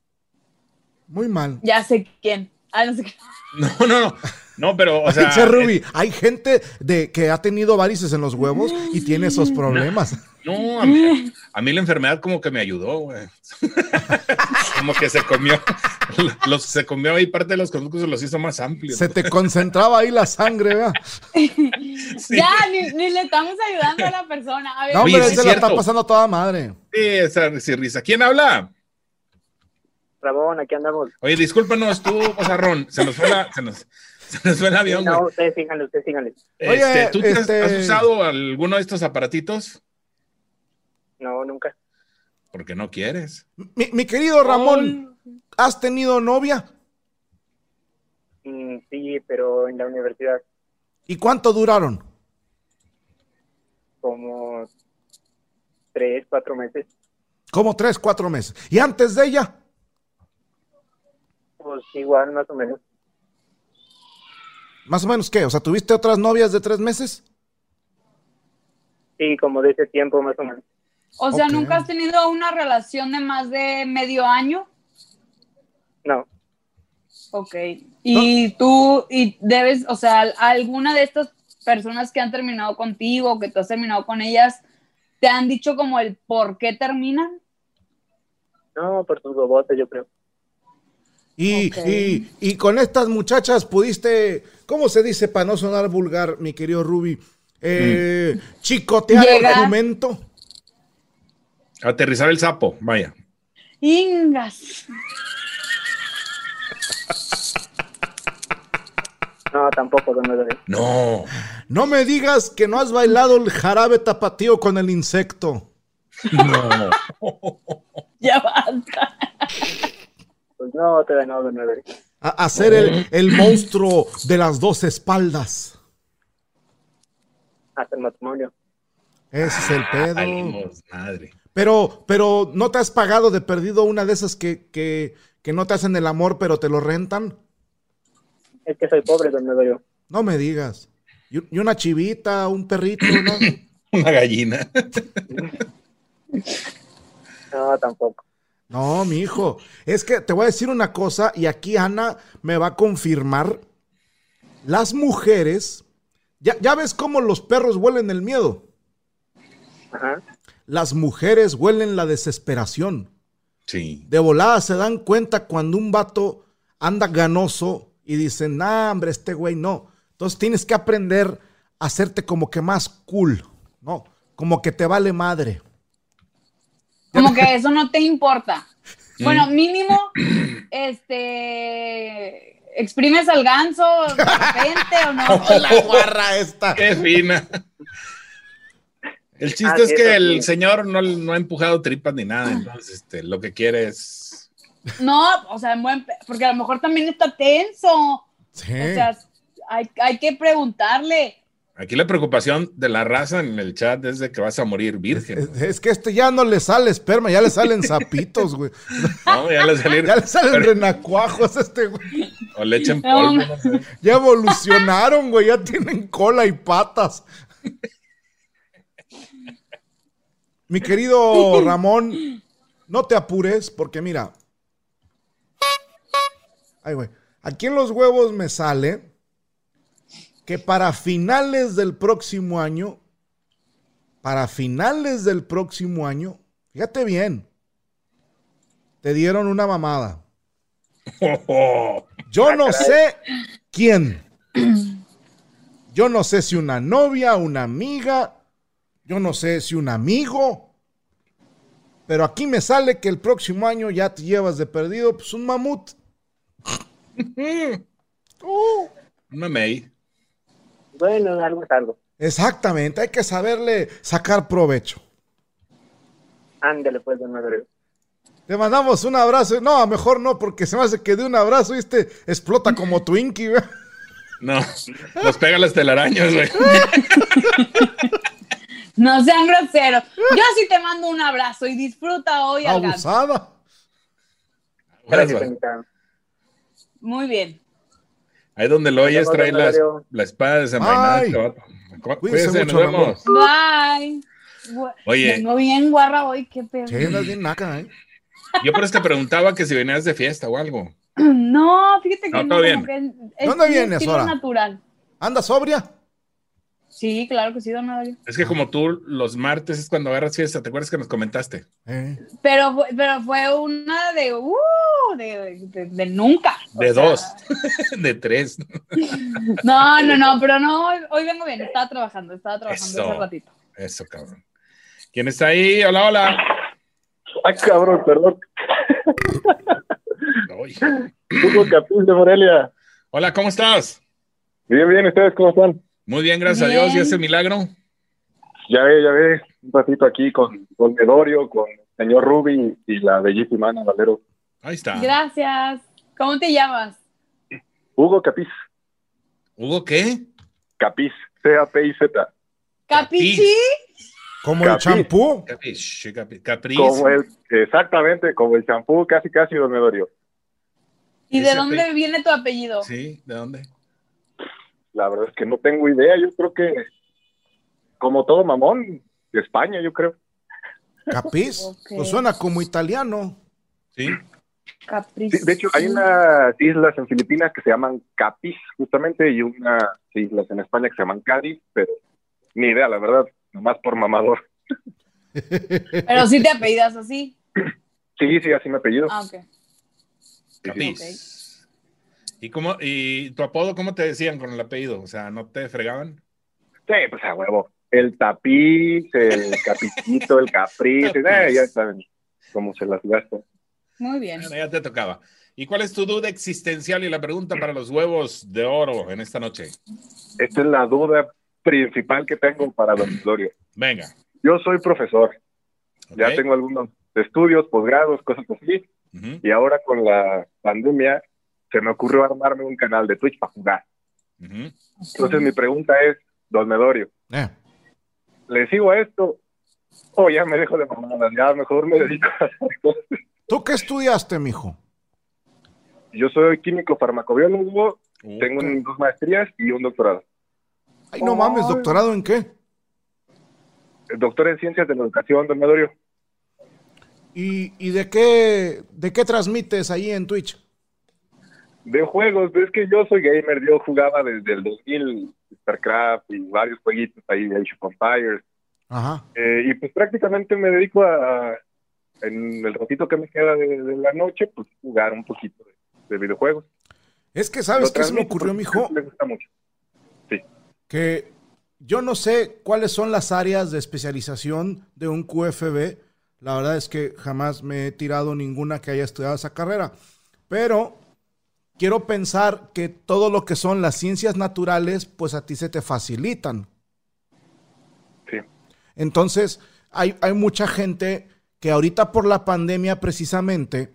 Speaker 3: Muy mal.
Speaker 4: Ya sé quién. Ah, no sé qué.
Speaker 5: No, no, no. No, pero, o sea,
Speaker 3: Pinche Ruby, hay gente de que ha tenido varices en los huevos y tiene esos problemas.
Speaker 5: Mm. no, a mí,
Speaker 3: Mm.
Speaker 5: a mí la enfermedad como que me ayudó, güey. como que se comió, los, se comió ahí parte de los conductos los hizo más amplios.
Speaker 3: Se te concentraba ahí la sangre, ¿verdad?
Speaker 5: Sí.
Speaker 4: Ya, ni, ni le estamos ayudando a la persona. A ver,
Speaker 3: No,
Speaker 5: Oye,
Speaker 3: hombre,
Speaker 5: sí es
Speaker 3: se la está
Speaker 5: cierto.
Speaker 3: pasando a toda Ah, madre.
Speaker 5: Sí, esa sí, risa. ¿Quién habla?
Speaker 7: Ramón, aquí andamos.
Speaker 5: Oye, discúlpanos tú, Pozarrón. Se nos fue, la, se nos, se nos fue el avión, güey.
Speaker 7: No, ustedes síganle, ustedes síganle.
Speaker 3: Oye,
Speaker 5: Este, ¿Tú te has-
Speaker 3: este-
Speaker 5: has, usado alguno de estos aparatitos?
Speaker 7: No, nunca.
Speaker 5: Porque no quieres.
Speaker 3: Mi, mi querido Ramón, ¿has tenido novia?
Speaker 7: Mm, sí, pero en la universidad,
Speaker 3: ¿Y cuánto duraron?
Speaker 7: como tres, cuatro meses.
Speaker 3: Como tres, cuatro meses. ¿Y antes de ella?
Speaker 7: Pues igual, más o menos.
Speaker 3: ¿Más o menos qué? O sea, ¿tuviste otras novias de tres meses?
Speaker 7: Sí, como de ese tiempo, más o menos.
Speaker 4: O sea,
Speaker 3: Ok.
Speaker 4: ¿nunca has tenido una relación de más de medio año?
Speaker 7: No,
Speaker 4: Ok. Y tú, y debes, o sea, alguna de estas personas que han terminado contigo, que tú has terminado con ellas, ¿te han dicho como el por qué terminan?
Speaker 7: no, por sus bobotes, yo creo.
Speaker 3: Y,
Speaker 4: Ok.
Speaker 3: y- y con estas muchachas pudiste, ¿cómo se dice para no sonar vulgar, mi querido Ruby? Eh, Chicotear el
Speaker 4: Mm. Llegar.
Speaker 3: argumento.
Speaker 5: Aterrizar el sapo, vaya.
Speaker 4: Ingas.
Speaker 7: No, tampoco, no lo veo.
Speaker 5: No.
Speaker 3: No me digas que no has bailado el jarabe tapatío con el insecto.
Speaker 5: No.
Speaker 4: Ya basta.
Speaker 7: Pues no, todavía no, no lo veo.
Speaker 3: A- hacer el, el monstruo de las dos espaldas.
Speaker 7: Hasta el matrimonio.
Speaker 3: Ese es
Speaker 5: Ah,
Speaker 3: el pedo.
Speaker 5: Salimos, madre.
Speaker 3: Pero, pero no te has pagado de perdido una de esas que, que, que no te hacen el amor, pero te lo rentan.
Speaker 7: Es que soy pobre, don Medorio.
Speaker 3: No me digas. Y, y una chivita, un perrito, ¿no?
Speaker 5: Una gallina.
Speaker 7: No, tampoco.
Speaker 3: No, mi hijo. Es que te voy a decir una cosa y aquí Ana me va a confirmar. Las mujeres, ya, ya ves cómo los perros huelen el miedo.
Speaker 7: Ajá.
Speaker 3: Las mujeres huelen la desesperación.
Speaker 5: Sí.
Speaker 3: De volada se dan cuenta cuando un vato anda ganoso y dicen, nah, hombre, este güey no. Entonces tienes que aprender a hacerte como que más cool, ¿no? Como que te vale madre.
Speaker 4: Como que eso no te importa.
Speaker 5: Mm.
Speaker 4: Bueno, mínimo, este, exprimes al ganso de repente o no.
Speaker 3: La guarra esta.
Speaker 5: Qué fina. El chiste
Speaker 7: Ah,
Speaker 5: es
Speaker 7: sí,
Speaker 5: que
Speaker 7: eso
Speaker 5: el
Speaker 7: sí.
Speaker 5: señor no, no ha empujado tripas ni
Speaker 3: Ah.
Speaker 5: nada. Entonces, este, lo que quiere es.
Speaker 4: No, o sea, en buen pe- porque a lo mejor también está tenso.
Speaker 3: Sí.
Speaker 4: O sea, hay, hay que preguntarle.
Speaker 5: Aquí la preocupación de la raza en el chat es de que vas a morir virgen.
Speaker 3: Es, es que este ya no le sale esperma, ya le salen zapitos, güey.
Speaker 5: No, ya le salir.
Speaker 3: Ya le salen renacuajos a este, güey.
Speaker 5: O le echen
Speaker 4: No,
Speaker 5: polvo.
Speaker 4: ma-
Speaker 5: no sé.
Speaker 3: Ya evolucionaron, güey. Ya tienen cola y patas. Mi querido Ramón, no te apures porque mira. Ay, güey. Aquí en los huevos me sale que para finales del próximo año, para finales del próximo año, fíjate bien, te dieron una mamada. Yo no sé quién. Yo no sé si una novia, una amiga, yo no sé si un amigo. Pero aquí me sale que el próximo año ya te llevas de perdido pues un mamut. Uh,
Speaker 5: Una May.
Speaker 7: Bueno, algo es algo.
Speaker 3: Exactamente, hay que saberle sacar provecho.
Speaker 7: Ándale, pues, don Medorio.
Speaker 3: Te mandamos un abrazo. No, mejor no, porque se me hace que de un abrazo, viste, explota como Twinkie, güey.
Speaker 5: No, nos pega las telarañas, güey.
Speaker 4: No sean groseros. Yo sí te mando un abrazo y disfruta hoy al gato.
Speaker 3: Abusada.
Speaker 7: Gracias, Anita.
Speaker 4: Muy bien.
Speaker 5: Ahí donde lo oyes,
Speaker 7: vemos,
Speaker 5: trae la,
Speaker 7: Mario.
Speaker 5: la espada desenvainada.
Speaker 3: Ay.
Speaker 5: este vato. Cu-
Speaker 3: Cuídense
Speaker 5: Cuídense, nos
Speaker 3: mucho, mi amor.
Speaker 5: vemos.
Speaker 4: Bye. Gua-
Speaker 5: Oye.
Speaker 4: Vengo bien guarra hoy, qué pedo.
Speaker 3: Sí, andas bien naca, ¿eh?
Speaker 5: Yo por eso te preguntaba que si venías de fiesta o algo.
Speaker 4: No, fíjate que
Speaker 5: No,
Speaker 4: como
Speaker 5: todo bien.
Speaker 4: que es-
Speaker 3: ¿Dónde
Speaker 4: es mi
Speaker 3: vienes
Speaker 4: estilo
Speaker 3: ahora?
Speaker 4: natural.
Speaker 3: ¿Anda sobria?
Speaker 4: Sí, claro que sí, don Mario.
Speaker 5: Es que como tú los martes es cuando agarras fiesta, ¿te acuerdas que nos comentaste?
Speaker 3: Eh.
Speaker 4: Pero, fue- pero fue una de, uh, de, de- de nunca. O
Speaker 5: De
Speaker 4: sea,
Speaker 5: dos, de tres.
Speaker 4: No, no, no, pero no, hoy, hoy vengo bien, estaba trabajando, estaba trabajando
Speaker 5: Eso.
Speaker 4: hace ratito.
Speaker 5: Eso, cabrón. ¿Quién está ahí? Hola, hola.
Speaker 6: Ah, cabrón, perdón.
Speaker 5: Ay.
Speaker 6: Hugo Capil de Morelia.
Speaker 5: Hola, ¿cómo estás?
Speaker 6: Bien, bien, ¿ustedes cómo están?
Speaker 5: Muy bien, gracias
Speaker 4: Bien.
Speaker 5: a Dios. ¿Y ese milagro?
Speaker 6: Ya ve, ya ve, un ratito aquí con, con Edorio, con el señor Ruby y la bellísima Ana Valero.
Speaker 5: Ahí
Speaker 6: Ah.
Speaker 5: está.
Speaker 4: Gracias. ¿Cómo te llamas?
Speaker 6: Hugo Capiz,
Speaker 5: ¿Hugo qué?
Speaker 6: Capiz, C-A-P-I-Z,
Speaker 5: Capiz.
Speaker 4: Capichi.
Speaker 3: Como el
Speaker 6: Capí.
Speaker 3: champú.
Speaker 5: Capiz, capi- Capriz.
Speaker 6: como el, exactamente, como el champú, casi, casi don Edorio.
Speaker 4: ¿Y de
Speaker 5: Ese
Speaker 4: dónde
Speaker 5: pe-
Speaker 4: viene tu apellido?
Speaker 5: Sí, ¿de dónde?
Speaker 6: La verdad es que no tengo idea, yo creo que, como todo mamón, de España, yo creo.
Speaker 3: Capiz.
Speaker 4: Ok.
Speaker 3: Pues suena como italiano.
Speaker 5: Sí.
Speaker 4: Caprichi.
Speaker 6: Sí, de hecho, hay unas islas en Filipinas que se llaman Capiz, justamente, y unas islas en España que se llaman Cádiz, pero ni idea, la verdad, nomás por mamador.
Speaker 4: Pero sí te apellidas así.
Speaker 6: Sí, sí, así me apellido.
Speaker 4: Ah, ok.
Speaker 5: Capiz. ¿Y, cómo, ¿Y tu apodo cómo te decían con el apellido? O sea, ¿no te fregaban?
Speaker 6: Sí, pues a huevo. El tapiz, el capichito, el capriz,
Speaker 5: Tapiz.
Speaker 6: eh, ya saben cómo se las gasta.
Speaker 4: Muy bien.
Speaker 5: Bueno, ya te tocaba. ¿Y cuál es tu duda existencial y la pregunta para los huevos de oro en esta noche?
Speaker 6: Esta es la duda principal que tengo para Don Gloria.
Speaker 5: Venga.
Speaker 6: Yo soy profesor, ya
Speaker 5: ¿ok?
Speaker 6: tengo algunos estudios, posgrados, cosas así,
Speaker 5: Ujú.
Speaker 6: y ahora con la pandemia se me ocurrió armarme un canal de Twitch para jugar.
Speaker 5: Ujú.
Speaker 6: Entonces mi pregunta es, Don Medorio,
Speaker 3: Eh.
Speaker 6: ¿le sigo a esto o ya me dejo de mamadas? Ya mejor me dedico a hacer cosas.
Speaker 3: ¿Tú qué estudiaste, Este, mijo?
Speaker 6: Yo soy químico farmacobiólogo,
Speaker 5: Uh,
Speaker 6: tengo
Speaker 5: ca-
Speaker 6: un- dos maestrías y un doctorado.
Speaker 3: Ay, no mames, doctorado en qué?
Speaker 6: doctor en ciencias de la educación, don Medorio.
Speaker 3: ¿Y, y de qué de qué transmites ahí en Twitch?
Speaker 6: De juegos, es que yo soy gamer, yo jugaba desde el 2000 StarCraft y varios jueguitos ahí, Age of Empires.
Speaker 3: Ajá.
Speaker 6: Eh, y pues prácticamente me dedico a, en el ratito que me queda de, de la noche, pues jugar un poquito de, de videojuegos.
Speaker 3: Es que, ¿sabes
Speaker 6: Lo
Speaker 3: qué se me
Speaker 6: transmito
Speaker 3: ocurrió,
Speaker 6: porque
Speaker 3: mijo?
Speaker 6: Me gusta mucho.
Speaker 3: que yo no sé cuáles son las áreas de especialización de un QFB. La verdad es que jamás me he tirado ninguna que haya estudiado esa carrera. Pero quiero pensar que todo lo que son las ciencias naturales, pues a ti se te facilitan.
Speaker 6: Sí.
Speaker 3: Entonces, hay, hay mucha gente que ahorita por la pandemia precisamente,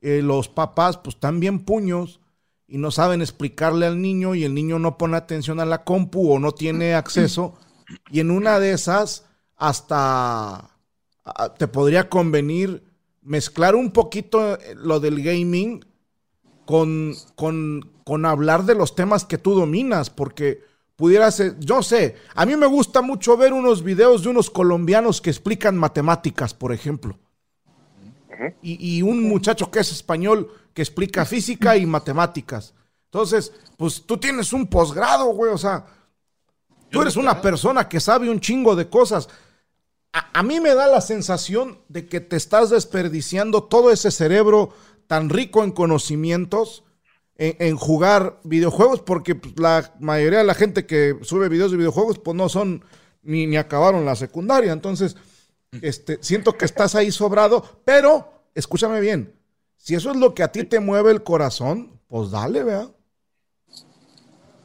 Speaker 3: eh, los papás pues están bien puños y no saben explicarle al niño y el niño no pone atención a la compu o no tiene acceso. Y en una de esas, hasta ah, te podría convenir mezclar un poquito eh, lo del gaming con, con, con hablar de los temas que tú dominas, porque pudieras, eh, yo sé, a mí me gusta mucho ver unos videos de unos colombianos que explican matemáticas, por ejemplo. Y, y un muchacho que es español que explica física y matemáticas. Entonces, pues tú tienes un posgrado, güey, o sea, tú eres una persona que sabe un chingo de cosas. A, a mí me da la sensación de que te estás desperdiciando todo ese cerebro tan rico en conocimientos en, en jugar videojuegos, porque pues, la mayoría de la gente que sube videos de videojuegos, pues no son ni, ni acabaron la secundaria. Entonces, este, siento que estás ahí sobrado, pero escúchame bien. Si eso es lo que a ti te mueve el corazón, pues dale, vea.
Speaker 6: Entonces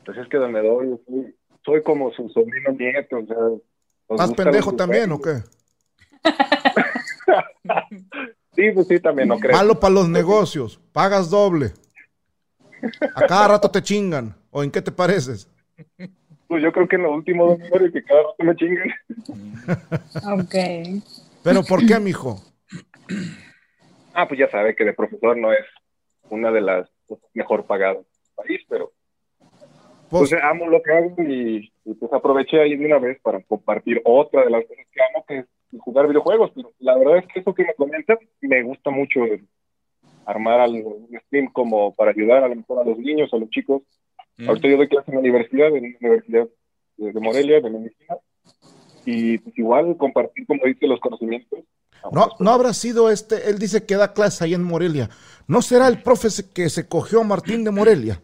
Speaker 6: Pues es que don Medorio, soy, soy como su sobrino nieto, o sea... nos
Speaker 3: ¿Más
Speaker 6: gustan
Speaker 3: pendejo
Speaker 6: los
Speaker 3: también o
Speaker 6: juegos.
Speaker 3: qué?
Speaker 6: Sí, pues sí, también, no creo.
Speaker 3: Malo para los negocios. Pagas doble. A cada rato te chingan. ¿O en qué te pareces?
Speaker 6: Pues yo creo que en los últimos dos números que cada rato me chingan.
Speaker 4: Ok.
Speaker 3: ¿Pero por qué, mijo?
Speaker 6: Ah, pues ya sabe que de profesor no es una de las mejor pagadas del país, pero
Speaker 3: Pues,
Speaker 6: pues amo lo que hago y, y, pues aproveché ahí de una vez para compartir otra de las cosas que amo, que es jugar videojuegos. Pero la verdad es que eso que me comentas me gusta mucho eh, armar algo, un stream como para ayudar a lo mejor a los niños, a los chicos.
Speaker 5: Mm.
Speaker 6: Ahorita yo doy clase en la universidad, en la Universidad de de Morelia, de medicina, y pues igual compartir, como dice, los conocimientos. a
Speaker 3: no,
Speaker 6: otras
Speaker 3: no habrá sido este. Él dice que da clase ahí en Morelia. ¿No será el profe se- que se cogió a Martín de Morelia?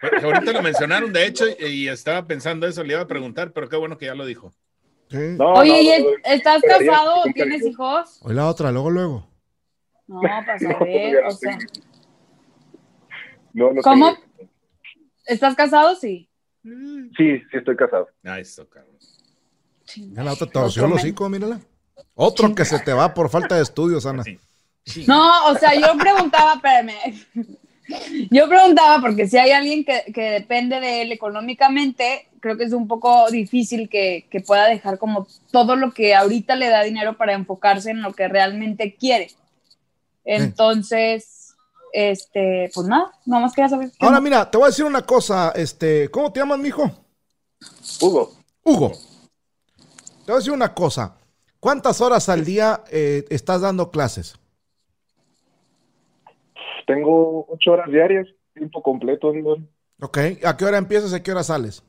Speaker 5: Pues, Ahorita lo mencionaron, de hecho, y y estaba pensando eso, le iba a preguntar, pero qué bueno que ya lo dijo.
Speaker 3: Sí.
Speaker 6: No, no,
Speaker 4: Oye, ¿y
Speaker 6: no,
Speaker 4: e- ¿estás
Speaker 6: pero ya-
Speaker 4: casado o
Speaker 6: nunca
Speaker 4: tienes
Speaker 6: dijo.
Speaker 4: hijos?
Speaker 3: O la otra, luego, luego.
Speaker 4: No, para
Speaker 6: No, todavía
Speaker 4: saber,
Speaker 6: no
Speaker 4: o sea,
Speaker 6: tengo. No, no
Speaker 4: ¿Cómo?
Speaker 6: tengo.
Speaker 4: ¿estás casado? Sí.
Speaker 6: Sí, sí estoy casado.
Speaker 5: Ah, eso, cabrón.
Speaker 3: Ya la otra te torció el
Speaker 4: Otro men.
Speaker 3: hocico, mírala. Otro que se te va por falta de estudios, Ana.
Speaker 5: Sí. Sí.
Speaker 4: No, o sea, yo preguntaba, espérame. Yo preguntaba porque si hay alguien que, que depende de él económicamente, creo que es un poco difícil que, que pueda dejar como todo lo que ahorita le da dinero para enfocarse en lo que realmente quiere. Entonces, este, pues nada, nada más quería saber.
Speaker 3: Ahora mira, te voy a decir una cosa, este, ¿cómo te llamas, mijo?
Speaker 6: Hugo,
Speaker 3: Hugo. Te voy a decir una cosa. ¿Cuántas horas al día eh, estás dando clases?
Speaker 6: tengo ocho horas diarias, tiempo completo. ¿no?
Speaker 3: ¿Ok? ¿A qué hora empiezas y a qué hora sales?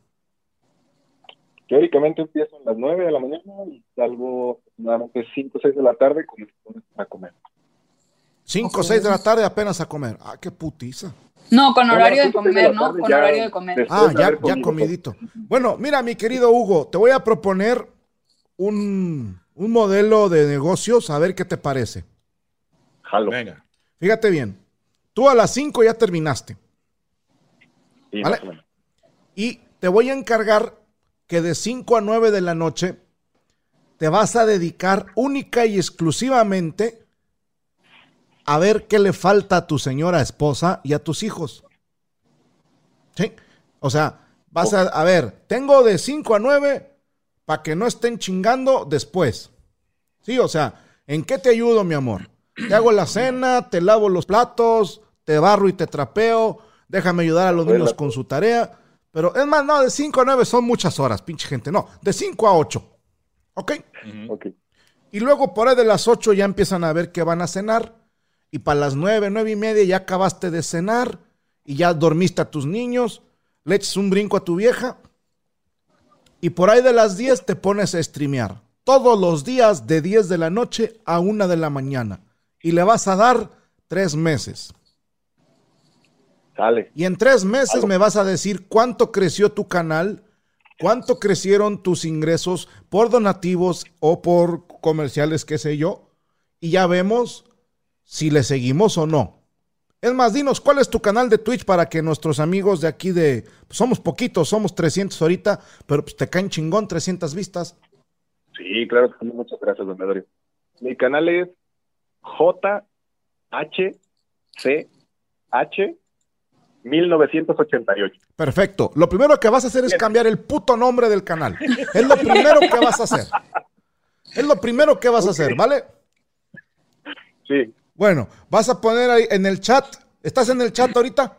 Speaker 6: Teóricamente empiezo a las nueve de la mañana y salgo aproximadamente cinco o seis de la tarde con mis amigos a comer.
Speaker 3: Cinco o seis de la tarde apenas a comer. Ah, qué putiza.
Speaker 4: No, con
Speaker 6: No,
Speaker 4: horario
Speaker 6: no,
Speaker 4: de
Speaker 6: tú te
Speaker 4: comer,
Speaker 6: la
Speaker 4: ¿no?
Speaker 6: tarde
Speaker 4: Con
Speaker 6: ya
Speaker 4: horario de comer.
Speaker 6: des-
Speaker 3: Ah,
Speaker 6: Después de
Speaker 3: ya,
Speaker 6: haber
Speaker 3: ya
Speaker 6: comido.
Speaker 3: comidito. Bueno, mira, mi querido Hugo, te voy a proponer un, un modelo de negocios, a ver qué te parece.
Speaker 6: Jalo.
Speaker 5: Venga.
Speaker 3: Fíjate bien, tú a las cinco ya terminaste.
Speaker 6: Sí,
Speaker 3: Vale.
Speaker 6: más o menos.
Speaker 3: Y te voy a encargar que de 5 a 9 de la noche te vas a dedicar única y exclusivamente a ver qué le falta a tu señora esposa y a tus hijos. ¿Sí? O sea, vas a, a ver, tengo de 5 a 9 para que no estén chingando después. Sí, o sea, ¿en qué te ayudo, mi amor? Te hago la cena, te lavo los platos, te barro y te trapeo, déjame ayudar a los niños con su tarea. Pero es más, no, de 5 a 9 son muchas horas, pinche gente. No, de 5 a 8. ¿Ok?
Speaker 5: Ujú.
Speaker 6: Ok.
Speaker 3: Y luego por ahí de las 8 ya empiezan a ver que van a cenar. Y para las 9, 9 y media ya acabaste de cenar y ya dormiste a tus niños. Le echas un brinco a tu vieja. Y por ahí de las 10 te pones a streamear. Todos los días de 10 de la noche a 1 de la mañana. Y le vas a dar 3 meses.
Speaker 6: Sale.
Speaker 3: Y en tres meses me vas a decir cuánto creció tu canal, cuánto crecieron tus ingresos por donativos o por comerciales, qué sé yo. Y ya vemos si le seguimos o no. Es más, dinos, ¿cuál es tu canal de Twitch para que nuestros amigos de aquí de... pues, Somos poquitos, somos 300 ahorita, pero pues te caen chingón 300 vistas.
Speaker 6: Sí, claro. que sí. Muchas gracias, don Medorio. Mi canal es JHCH 1988.
Speaker 3: Perfecto. Lo primero que vas a hacer es cambiar el puto nombre del canal. Es lo primero que vas a hacer. Es lo primero que vas a hacer, ¿vale?
Speaker 6: Sí,
Speaker 3: Bueno, vas a poner ahí en el chat. ¿Estás en el chat ahorita?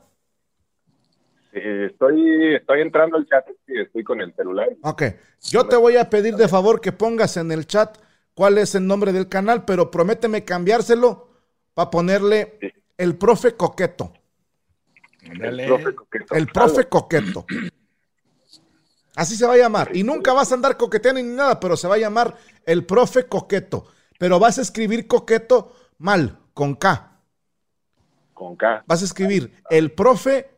Speaker 6: eh, estoy, estoy entrando al chat y estoy con el celular.
Speaker 3: Ok. Yo te voy a pedir de favor que pongas en el chat cuál es el nombre del canal, pero prométeme cambiárselo para ponerle el profe coqueto.
Speaker 5: Ándale.
Speaker 6: El profe coqueto.
Speaker 3: El profe coqueto. Así se va a llamar. Y nunca vas a andar coqueteando ni nada, pero se va a llamar el profe coqueto. Pero vas a escribir coqueto mal, con K.
Speaker 6: Con K.
Speaker 3: Vas a escribir el profe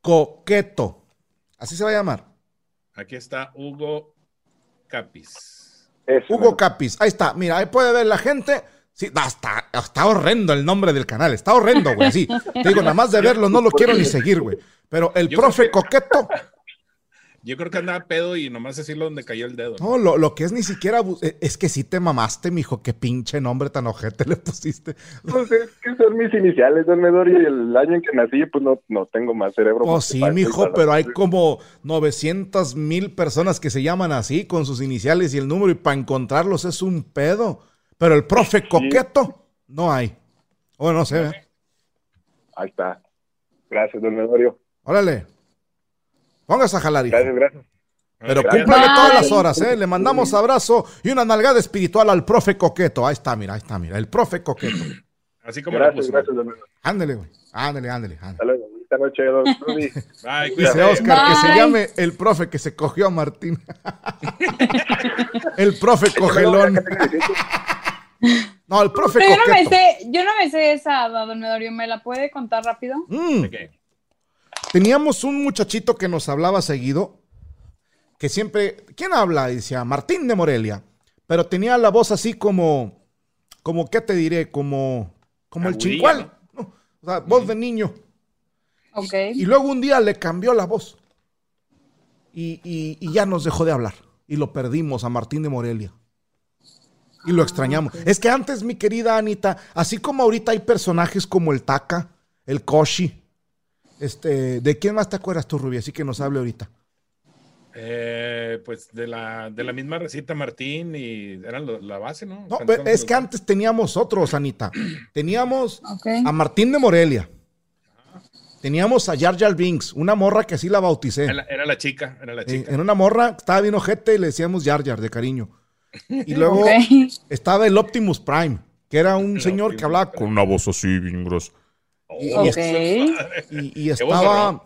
Speaker 3: coqueto. Así se va a llamar.
Speaker 5: Aquí está Hugo Capis.
Speaker 6: Eso,
Speaker 3: Hugo Capis, ahí está, mira, ahí puede ver la gente. Sí, no, está, está horrendo el nombre del canal, está horrendo, güey, así. Te digo, nada más de verlo no lo quiero ni seguir, güey. Pero el
Speaker 5: Yo
Speaker 3: profe coqueto,
Speaker 5: Yo creo que andaba pedo y nomás decirlo donde cayó el dedo.
Speaker 3: No, oh, lo, lo que es ni siquiera. bu- eh, Es que sí te mamaste, mijo. Qué pinche nombre tan ojete le pusiste.
Speaker 6: Pues es que son mis iniciales, don Medor, y el año en que nací, pues no, no tengo más cerebro.
Speaker 3: Pues sí,
Speaker 6: Para-
Speaker 3: mijo,
Speaker 6: para-
Speaker 3: pero hay como 900 mil personas que se llaman así, con sus iniciales y el número, y para encontrarlos es un pedo. Pero el profe coqueto no hay. O no sé. ¿verdad?
Speaker 6: Ahí está. Gracias, don Medorio.
Speaker 3: Órale. Póngase a jalar, hijo.
Speaker 6: Gracias, gracias.
Speaker 3: Pero
Speaker 5: Gracias.
Speaker 3: cúmplale
Speaker 4: Bye.
Speaker 3: todas las horas, ¿eh? Le mandamos abrazo y una nalgada espiritual al profe coqueto. Ahí está, mira, ahí está, mira. El profe coqueto.
Speaker 5: Así como lo
Speaker 6: Gracias,
Speaker 5: puso.
Speaker 6: gracias, don Medorio.
Speaker 3: Ándele, güey. Ándele, ándele, ándele.
Speaker 6: Hasta luego. Buenas noches, don Rudy.
Speaker 5: Bye,
Speaker 3: Dice
Speaker 5: cuídate.
Speaker 3: Oscar que se
Speaker 4: Bye.
Speaker 3: llame el profe que se cogió a Martín. el profe cogelón. No, el profe
Speaker 4: Pero yo no me
Speaker 3: coqueto.
Speaker 4: sé, yo no me sé esa, don Medorio, ¿me la puede contar rápido?
Speaker 3: Mm,
Speaker 5: Ok.
Speaker 3: teníamos un muchachito que nos hablaba seguido, que siempre, ¿quién habla? Y Decía Martín de Morelia, pero tenía la voz así como, como ¿qué te diré? Como, como el
Speaker 5: Agudilla,
Speaker 3: chincual, ¿no? o sea, voz de niño.
Speaker 4: Ok.
Speaker 3: Y luego un día le cambió la voz y, y- y ya nos dejó de hablar y lo perdimos a Martín de Morelia. Y lo extrañamos. Es que antes, mi querida Anita, así como ahorita hay personajes como el Taca, el Koshi, este, ¿de quién más te acuerdas tú, Rubí? Así que nos hable ahorita.
Speaker 5: Eh, pues de la, de la misma recita Martín y eran lo- la base,
Speaker 3: No,
Speaker 5: ¿no? Cantaban
Speaker 3: pero es
Speaker 5: los-
Speaker 3: que antes teníamos otros, Anita. Teníamos
Speaker 4: Ok.
Speaker 3: a Martín de Morelia. Teníamos a Jar Jar Binks, una morra que así la bauticé.
Speaker 5: Era, la- era la chica, era la
Speaker 3: Eh,
Speaker 5: chica.
Speaker 3: En una morra estaba bien ojete y le decíamos Jar Jar de cariño. Y luego
Speaker 4: Ok.
Speaker 3: estaba el Optimus Prime, que era un
Speaker 5: El
Speaker 3: señor que
Speaker 5: Optimus
Speaker 3: hablaba
Speaker 5: Prime.
Speaker 3: con una voz así bien gruesa. Y,
Speaker 5: Oh,
Speaker 3: y
Speaker 4: Ok.
Speaker 3: y- y
Speaker 5: Qué voz
Speaker 3: estaba
Speaker 5: horror.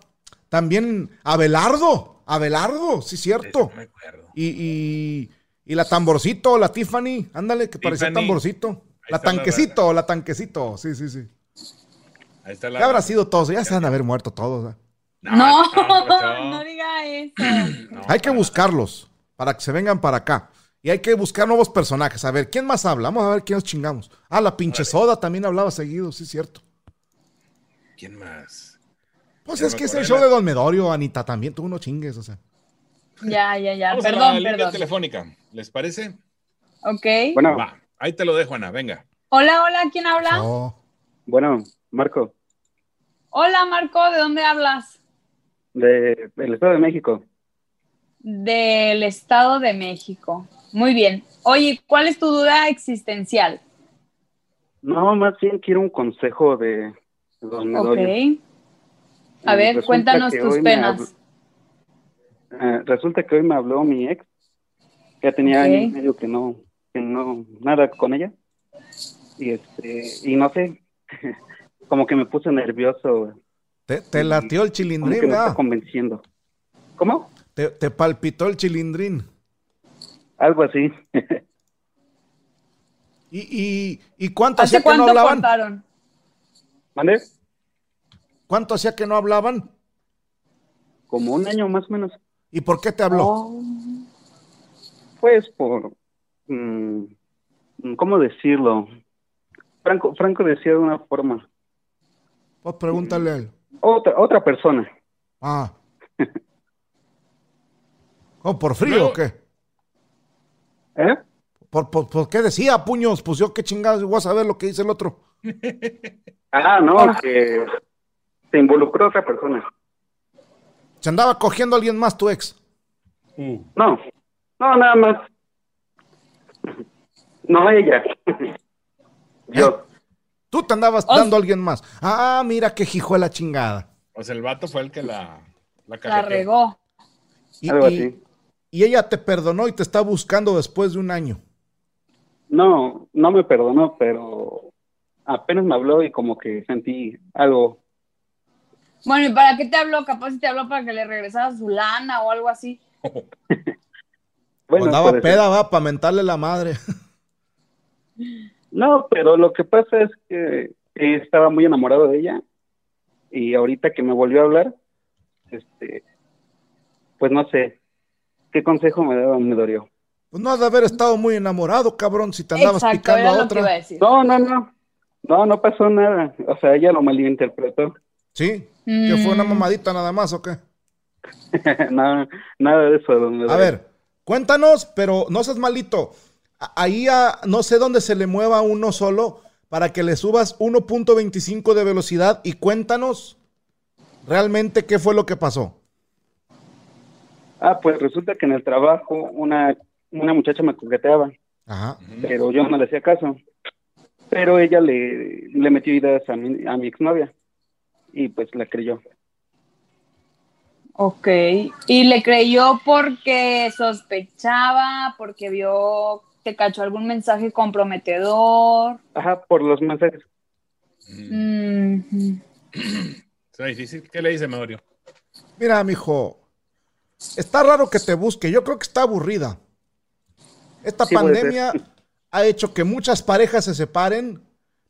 Speaker 3: también Abelardo, Abelardo, sí cierto.
Speaker 5: No me acuerdo.
Speaker 3: Y, y, y la tamborcito, la Tiffany, ándale, que parecía
Speaker 5: Tiffany.
Speaker 3: tamborcito.
Speaker 5: Ahí
Speaker 3: La
Speaker 5: está la
Speaker 3: tanquecito, la tanquecito, sí, sí, sí.
Speaker 5: Ahí está la.
Speaker 3: ¿Qué habrá sido todos? Ya se han de haber muerto todos. ¿eh? ¿verdad?
Speaker 6: Ah,
Speaker 4: No,
Speaker 5: no,
Speaker 4: no diga eso.
Speaker 5: no,
Speaker 3: Hay que
Speaker 5: para-
Speaker 3: buscarlos para que se vengan para acá. Y hay que buscar nuevos personajes. A ver, ¿quién más habla? Vamos a ver quién nos chingamos. Ah, la pinche soda también hablaba seguido, sí, cierto.
Speaker 5: ¿Quién más?
Speaker 3: Pues
Speaker 5: Ya
Speaker 3: es
Speaker 5: me
Speaker 3: que es
Speaker 5: acordé
Speaker 3: el
Speaker 5: de
Speaker 3: show
Speaker 5: la-
Speaker 3: de Don Medorio, Anita, también. Tú no chingues, o sea.
Speaker 4: Ya, ya, ya.
Speaker 5: Vamos a la
Speaker 4: Ah, Perdón,
Speaker 5: línea
Speaker 4: perdón.
Speaker 5: telefónica. ¿Les parece?
Speaker 4: Ok.
Speaker 8: Bueno,
Speaker 5: Va. Ahí te lo dejo, Ana. Venga.
Speaker 4: Hola, hola, ¿quién habla?
Speaker 3: No.
Speaker 8: bueno, Marco,
Speaker 4: Hola, Marco, ¿de dónde hablas?
Speaker 8: de el Estado de México.
Speaker 4: Del Estado de México. Muy bien. Oye, ¿cuál es tu duda existencial?
Speaker 8: No, más bien quiero un consejo de Don
Speaker 4: Ok.
Speaker 8: Medorio.
Speaker 4: A
Speaker 8: Eh,
Speaker 4: ver,
Speaker 8: resulta
Speaker 4: cuéntanos
Speaker 8: que
Speaker 4: tus
Speaker 8: hoy me
Speaker 4: penas.
Speaker 8: Eh, resulta que hoy me habló mi ex. Ya tenía
Speaker 4: Ok.
Speaker 8: año y medio que no, que no, nada con ella. Y este, y no sé, como que me puse nervioso,
Speaker 3: Te, te latió el
Speaker 8: como que
Speaker 3: chilindrín,
Speaker 8: me está
Speaker 3: ¿verdad?
Speaker 8: convenciendo. ¿Cómo?
Speaker 3: Te, te palpitó el chilindrín.
Speaker 8: Algo así.
Speaker 3: ¿Y, y, y cuánto
Speaker 4: ¿Hace
Speaker 3: hacía que no
Speaker 4: cuánto
Speaker 3: hablaban?
Speaker 4: cortaron?
Speaker 8: ¿Vale?
Speaker 3: ¿Cuánto hacía que no hablaban?
Speaker 8: Como un año más o menos.
Speaker 3: ¿Y por qué te habló?
Speaker 4: Oh,
Speaker 8: Pues por, mm, ¿cómo decirlo? Franco, Franco decía de una forma.
Speaker 3: Pues pregúntale a él.
Speaker 8: Otra, otra persona.
Speaker 3: Ah. ¿O por frío
Speaker 5: No.
Speaker 3: o qué?
Speaker 8: ¿Eh?
Speaker 3: ¿Por, por, por qué decía, puños? Pues yo qué chingados, voy a saber lo que dice el otro.
Speaker 8: Ah, no, que se involucró otra persona.
Speaker 3: Se andaba cogiendo a alguien más tu ex. Mm.
Speaker 8: No, no, nada más. No ella. Yo.
Speaker 3: Tú te andabas
Speaker 4: Oh.
Speaker 3: dando a alguien más. Ah, mira qué la chingada.
Speaker 5: O sea, el vato fue el que la. La,
Speaker 4: la
Speaker 5: cajeteó.
Speaker 4: regó.
Speaker 3: Y,
Speaker 8: Algo
Speaker 3: y-
Speaker 8: así.
Speaker 3: y ella te perdonó y te está buscando después de un año.
Speaker 8: No, no me perdonó, pero apenas me habló y como que sentí algo.
Speaker 4: Bueno, ¿y para qué te habló? Capaz si te habló para que le regresara su lana o algo así.
Speaker 8: Bueno,
Speaker 3: andaba
Speaker 8: puede ser.
Speaker 3: peda, va, para mentarle la madre.
Speaker 8: No, pero lo que pasa es que estaba muy enamorado de ella y ahorita que me volvió a hablar, este, pues no sé, ¿qué consejo me da Don Medorio?
Speaker 3: Pues no has de haber estado muy enamorado, cabrón, si te andabas
Speaker 4: Exacto,
Speaker 3: picando
Speaker 4: era
Speaker 3: a
Speaker 4: lo que iba a
Speaker 3: otra.
Speaker 4: decir.
Speaker 8: No, no, no, no, no pasó nada, o sea, ella lo malinterpretó.
Speaker 3: Sí, que fue una
Speaker 4: Mm.
Speaker 3: mamadita nada más, ¿o qué?
Speaker 8: nada, nada de eso, don
Speaker 3: A
Speaker 8: Medorio.
Speaker 3: ver, cuéntanos, pero no seas malito. A- Ahí a- no sé dónde se le mueva uno solo para que le subas 1.25 de velocidad y cuéntanos realmente qué fue lo que pasó.
Speaker 8: Ah, pues resulta que en el trabajo una, una muchacha me coqueteaba,
Speaker 3: Ajá.
Speaker 8: pero yo no le hacía caso. Pero ella le, le metió ideas a mi, a mi exnovia y pues la creyó.
Speaker 4: Ok, y le creyó porque sospechaba, porque vio, te cachó algún mensaje comprometedor.
Speaker 8: Ajá, por los mensajes.
Speaker 4: Mm,
Speaker 5: Está difícil. ¿Qué le dice Medorio?
Speaker 3: Mira, mijo, está raro que te busque. Yo creo que está aburrida. Esta
Speaker 8: Sí, puede
Speaker 3: pandemia
Speaker 8: ser.
Speaker 3: ha hecho que muchas parejas se separen,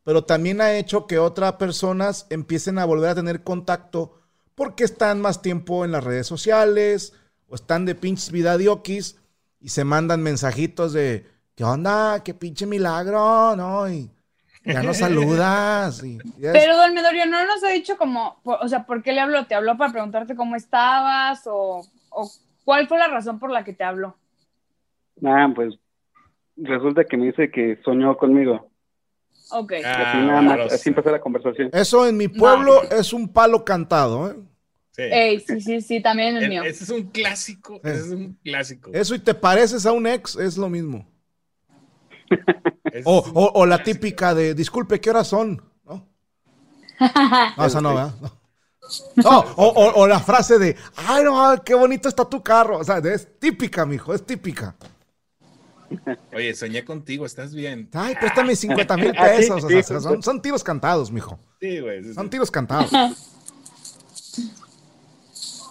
Speaker 3: pero también ha hecho que otras personas empiecen a volver a tener contacto porque están más tiempo en las redes sociales o están de pinches vida diokis y se mandan mensajitos de ¿qué onda? ¿Qué pinche milagro? ¿No? Y ya no saludas. y- y es-
Speaker 4: Pero Don Medorio no nos ha dicho como, por- o sea, ¿por qué le habló? ¿Te habló para preguntarte cómo estabas? ¿O, o cuál fue la razón por la que te habló?
Speaker 8: Ah, pues resulta que me dice que soñó conmigo.
Speaker 4: Ok.
Speaker 5: Ah,
Speaker 8: Así nada más,
Speaker 5: claro,
Speaker 8: así empezó la conversación.
Speaker 3: Eso en mi pueblo es un palo cantado. ¿eh?
Speaker 5: sí.
Speaker 4: Ey, sí, sí, sí, también el
Speaker 5: E-
Speaker 4: mío.
Speaker 5: Ese es un clásico.
Speaker 3: Sí.
Speaker 5: Ese es un clásico.
Speaker 3: Eh. Eso y te pareces a un ex es lo mismo.
Speaker 5: Ese es
Speaker 3: O,
Speaker 5: un
Speaker 3: o- o la
Speaker 5: clásico.
Speaker 3: típica de, disculpe, ¿qué horas son? ¿No? No, esa no, ¿eh? ¿verdad? No, No, o, o- o la frase de, ay, no, ay, qué bonito está tu carro. O sea, es típica, mijo, es típica.
Speaker 5: Oye, soñé contigo, ¿estás bien?
Speaker 3: Ay, préstame 50 mil
Speaker 8: Ah, sí,
Speaker 3: pesos. O sea,
Speaker 8: sí,
Speaker 3: son, son tiros cantados, mijo.
Speaker 5: Sí, güey. sí, sí.
Speaker 3: Son tiros cantados.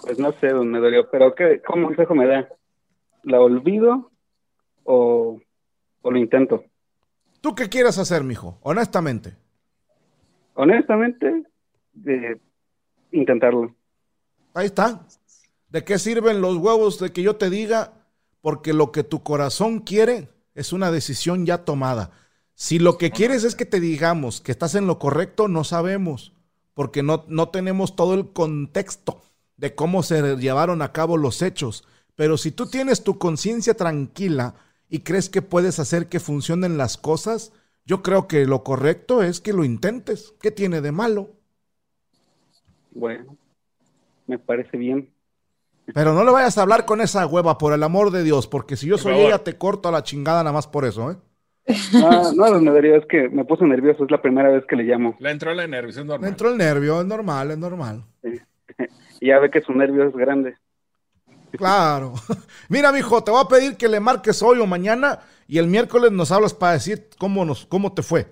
Speaker 8: Pues no sé, don Medorio, pero ¿qué, ¿cómo consejo me da? ¿La olvido o, o lo intento?
Speaker 3: ¿Tú qué quieres hacer, mijo? Honestamente.
Speaker 8: Honestamente, de intentarlo.
Speaker 3: Ahí está. ¿De qué sirven los huevos de que yo te diga? Porque lo que tu corazón quiere es una decisión ya tomada. Si lo que quieres es que te digamos que estás en lo correcto, no sabemos, porque no, no tenemos todo el contexto de cómo se llevaron a cabo los hechos. Pero si tú tienes tu conciencia tranquila y crees que puedes hacer que funcionen las cosas, yo creo que lo correcto es que lo intentes. ¿Qué tiene de malo?
Speaker 8: Bueno, me parece bien.
Speaker 3: Pero no le vayas a hablar con esa hueva, por el amor de Dios, porque si yo
Speaker 5: Por
Speaker 3: soy
Speaker 5: favor.
Speaker 3: ella, te corto a la chingada nada más por eso, ¿eh?
Speaker 8: Ah. No, no, don Medorio, es que me puso nervioso, es la primera vez que le llamo.
Speaker 5: Le entró la nervios, es
Speaker 3: Me
Speaker 5: normal.
Speaker 3: entró el nervio, es normal, es normal.
Speaker 8: Y ya ve que su nervio es grande.
Speaker 3: Claro. Mira, mijo, te voy a pedir que le marques hoy o mañana y el miércoles nos hablas para decir cómo, nos, cómo te fue.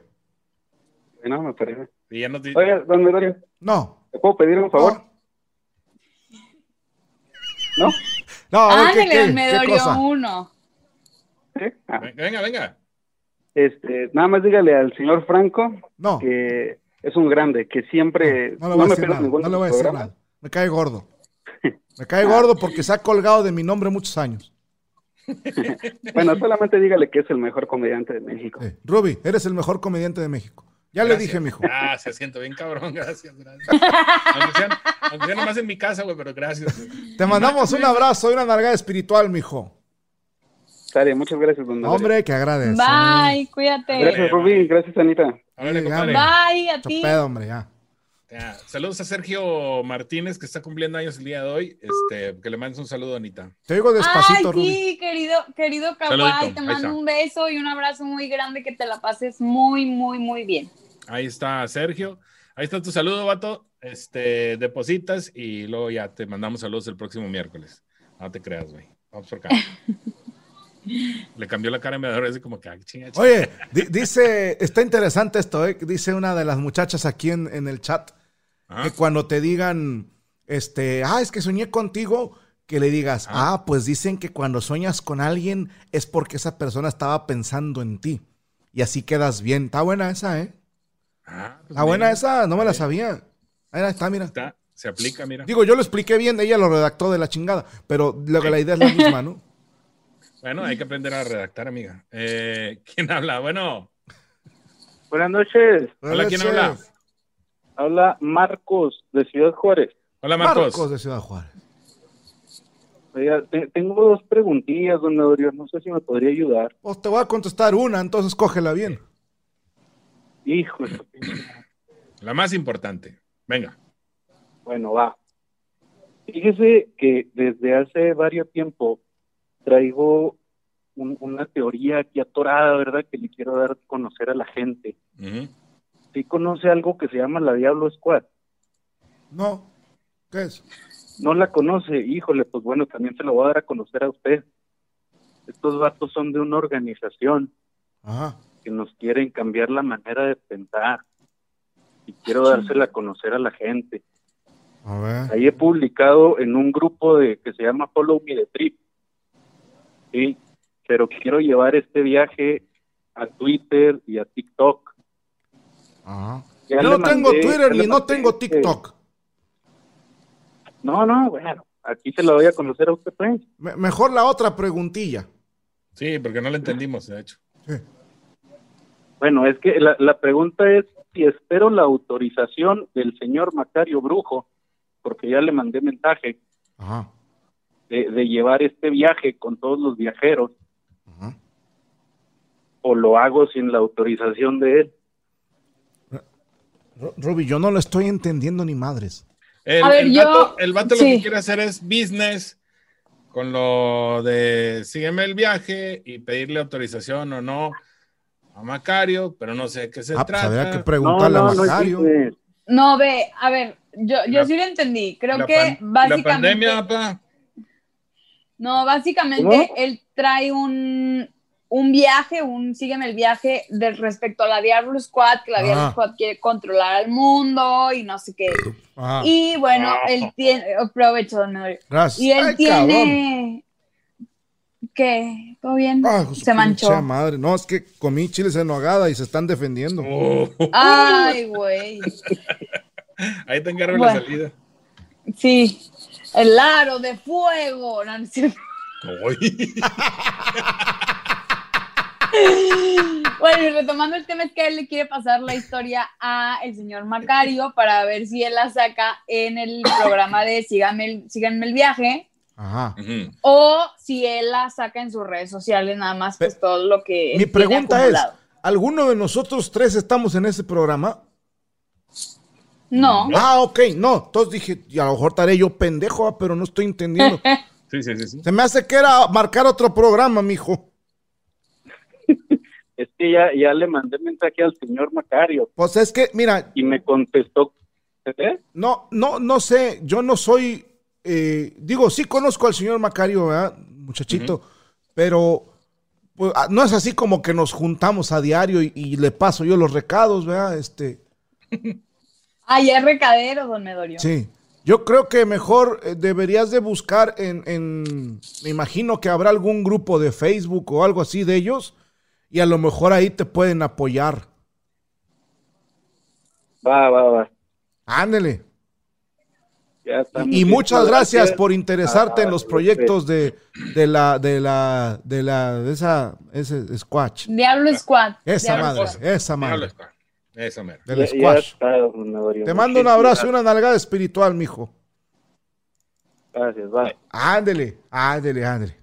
Speaker 8: No, me parece.
Speaker 5: Y ya no te-
Speaker 8: Oiga, don Medorio,
Speaker 3: No.
Speaker 8: ¿te puedo pedir un favor? ¿No?
Speaker 3: No, a ver, ¿qué-
Speaker 4: Ándale,
Speaker 3: qué-
Speaker 4: Don
Speaker 3: qué cosa?
Speaker 4: Medorio, uno.
Speaker 8: ¿Sí? Ah,
Speaker 5: Venga, venga.
Speaker 8: este, nada más dígale al señor Franco
Speaker 3: No,
Speaker 8: que es un grande, que siempre
Speaker 3: no le voy a
Speaker 8: me
Speaker 3: decir
Speaker 8: pierdo
Speaker 3: nada,
Speaker 8: ningún
Speaker 3: no le voy a decir
Speaker 8: programa.
Speaker 3: nada. Me cae gordo. Me cae gordo porque se ha colgado de mi nombre muchos años.
Speaker 8: Bueno, solamente dígale que es el mejor comediante de México.
Speaker 3: Sí. Ruby, eres el mejor comediante de México. Ya le
Speaker 5: Gracias.
Speaker 3: dije, mijo.
Speaker 5: Ah, se siento bien cabrón, gracias, gracias. aunque, sea, aunque sea nomás en mi casa, güey, pero gracias.
Speaker 3: Te mandamos un abrazo y una nargada espiritual, mijo.
Speaker 8: Sale, muchas gracias, don Medorio.
Speaker 3: Hombre, que agradezco.
Speaker 4: Bye, cuídate.
Speaker 8: Gracias, Rubí. Gracias, Anita.
Speaker 5: Órale,
Speaker 3: Sí,
Speaker 5: compadre.
Speaker 3: ya,
Speaker 4: Bye a
Speaker 3: Mucho
Speaker 4: ti.
Speaker 3: pedo, hombre, ya.
Speaker 5: Ya, Saludos a Sergio Martínez, que está cumpliendo años el día de hoy. Este, que le mandes un saludo, Anita.
Speaker 3: Te oigo despacito,
Speaker 4: Ay,
Speaker 3: Ruby.
Speaker 4: sí, querido, querido
Speaker 5: Saludito,
Speaker 4: Kawai, te
Speaker 5: ahí está.
Speaker 4: mando un beso y un abrazo muy grande, que te la pases muy, muy, muy bien.
Speaker 5: Ahí está Sergio. Ahí está tu saludo, vato. Este, depositas y luego ya te mandamos saludos el próximo miércoles. No te creas, güey. Vamos por acá. Le cambió la cara a Medador, así como que, ah, chinga, chinga.
Speaker 3: Oye, di- dice, está interesante esto, ¿eh? dice una de las muchachas aquí en, en el chat,
Speaker 5: Ajá.
Speaker 3: que cuando te digan, este, ah, es que soñé contigo, que le digas, ah. pues dicen que cuando sueñas con alguien es porque esa persona estaba pensando en ti. Y así quedas bien. Está buena esa, ¿eh?
Speaker 5: Ah, pues
Speaker 3: Está buena
Speaker 5: mira,
Speaker 3: esa, no me la
Speaker 5: Sí.
Speaker 3: sabía. Ahí está, mira.
Speaker 5: está, se aplica, mira.
Speaker 3: Digo, yo lo expliqué bien, ella lo redactó de la chingada, pero la, la idea es la misma, ¿no?
Speaker 5: Bueno, hay que aprender a redactar, amiga. Eh, ¿Quién habla? Bueno,
Speaker 9: Buenas noches.
Speaker 5: hola, ¿quién habla?
Speaker 9: Habla Marcos de Ciudad Juárez.
Speaker 5: Hola, Marcos.
Speaker 3: Marcos de Ciudad Juárez.
Speaker 9: Oiga, te- tengo dos preguntillas, don Medorio. No sé si me podría ayudar.
Speaker 3: Pues te voy a contestar una, entonces cógela bien.
Speaker 9: Hijo, de su pinche
Speaker 5: La más importante. Venga.
Speaker 9: Bueno, va. Fíjese que desde hace varios tiempo traigo un- una teoría aquí atorada, ¿verdad? Que le quiero dar a conocer a la gente.
Speaker 5: Ujú.
Speaker 9: ¿Sí conoce algo que se llama la Diablo Squad?
Speaker 3: No. ¿Qué es?
Speaker 9: No la conoce, híjole, pues bueno, también se lo voy a dar a conocer a usted. Estos vatos son de una organización
Speaker 3: Ajá.
Speaker 9: que nos quieren cambiar la manera de pensar. Y quiero dársela a conocer a la gente.
Speaker 3: A ver.
Speaker 9: Ahí he publicado en un grupo de que se llama Follow Me the Trip. Sí, pero quiero llevar este viaje a Twitter y a TikTok.
Speaker 3: Ajá.
Speaker 9: Ya
Speaker 3: Yo
Speaker 9: le
Speaker 3: no tengo
Speaker 9: mandé-
Speaker 3: Twitter
Speaker 9: ya le
Speaker 3: ni no
Speaker 9: mandé,
Speaker 3: tengo
Speaker 9: este,
Speaker 3: TikTok.
Speaker 9: No, no, bueno, aquí se la voy a conocer a usted, pues.
Speaker 3: Me- mejor la otra preguntilla.
Speaker 5: Sí, porque no la entendimos, de hecho.
Speaker 9: Bueno, es que la, la pregunta es si espero la autorización del señor Macario Brujo, porque ya le mandé mensaje
Speaker 3: Ajá.
Speaker 9: de, de llevar este viaje con todos los viajeros,
Speaker 3: Ajá.
Speaker 9: o lo hago sin la autorización de él.
Speaker 3: Ru- Ruby, yo no lo estoy entendiendo ni madres.
Speaker 5: El,
Speaker 4: A ver,
Speaker 5: el
Speaker 4: yo-
Speaker 5: vato, el vato lo
Speaker 4: sí.
Speaker 5: que quiere hacer es business con lo de sígueme el viaje y pedirle autorización o no a Macario, pero no sé de qué se
Speaker 3: Ah, pues
Speaker 5: trata.
Speaker 3: habría que preguntarle a
Speaker 9: es
Speaker 3: Macario.
Speaker 9: business.
Speaker 4: No, ve, a ver, yo, yo
Speaker 5: La-
Speaker 4: sí lo entendí. Creo
Speaker 5: La
Speaker 4: que
Speaker 5: pan-
Speaker 4: básicamente.
Speaker 5: La pandemia, pa.
Speaker 4: No, básicamente
Speaker 9: ¿Cómo?
Speaker 4: él trae un, un viaje, un sígueme el viaje de, respecto a la Diablo Squad, que la
Speaker 3: Ah.
Speaker 4: Diablo Squad quiere controlar al mundo y no sé qué.
Speaker 3: Ajá.
Speaker 4: Y bueno, él tiene, aprovecho, don Medorio.
Speaker 3: Ah. Gracias.
Speaker 4: Y él
Speaker 3: Ay, cabrón.
Speaker 4: tiene. ¿Qué? ¿Todo bien?
Speaker 3: Ah, su
Speaker 4: se manchó.
Speaker 3: pinche madre. No, es que comí chiles en nogada y se están defendiendo.
Speaker 5: Oh,
Speaker 4: Ah, Ay, güey.
Speaker 5: ahí te encargo la
Speaker 4: Bueno.
Speaker 5: salida.
Speaker 4: Sí. El aro de fuego. No, no es cierto.
Speaker 5: Uy.
Speaker 4: Bueno, y retomando el tema es que él le quiere pasar la historia a el señor Macario para ver si él la saca en el programa de Síganme el, Síganme el viaje
Speaker 3: Ajá.
Speaker 5: Ujú.
Speaker 4: o si él la saca en sus redes sociales nada más pues todo lo que él
Speaker 3: Mi
Speaker 4: tiene
Speaker 3: pregunta es,
Speaker 4: acumulado.
Speaker 3: ¿alguno de nosotros tres estamos en ese programa?
Speaker 4: No,
Speaker 3: Ah, ok, no. Entonces dije, y a lo mejor estaré yo pendejo, ah, pero no estoy entendiendo.
Speaker 5: Sí, sí, sí, sí.
Speaker 3: se me hace que era marcar otro programa, mijo.
Speaker 9: Es que ya, ya le mandé mensaje al señor Macario
Speaker 3: Pues es que, mira,
Speaker 9: y me contestó. ¿eh?
Speaker 3: no, no, no sé, yo no soy, eh, digo, sí conozco al señor Macario, ¿verdad? Muchachito, pero pues, ah, no es así como que nos juntamos a diario y, y le paso yo los recados, ¿verdad? Este,
Speaker 4: allá es recadero, don Medorio.
Speaker 3: Sí. Yo creo que mejor eh, deberías de buscar en, en- Me imagino que habrá algún grupo de Facebook o algo así de ellos. Y a lo mejor ahí te pueden apoyar.
Speaker 9: Va, va, va.
Speaker 3: Ándele.
Speaker 9: Ya está.
Speaker 3: Y muchas
Speaker 9: Muchísimas
Speaker 3: gracias por interesarte
Speaker 9: Ah,
Speaker 3: en los
Speaker 9: Lupe.
Speaker 3: proyectos de, de la, de la, de la, de esa, ese squash.
Speaker 4: Diablo Squad.
Speaker 3: Esa
Speaker 4: Diablo
Speaker 3: madre,
Speaker 4: Squad.
Speaker 3: esa
Speaker 5: Déjalo,
Speaker 3: madre.
Speaker 5: Squad. Eso, mero.
Speaker 3: Del
Speaker 9: Ya- ya
Speaker 3: squash.
Speaker 9: está, don Medorio.
Speaker 3: Te mando un
Speaker 9: Muchísimas
Speaker 3: abrazo y una nalgada espiritual, mijo.
Speaker 9: Gracias, va.
Speaker 3: Ándele, ándele, ándele.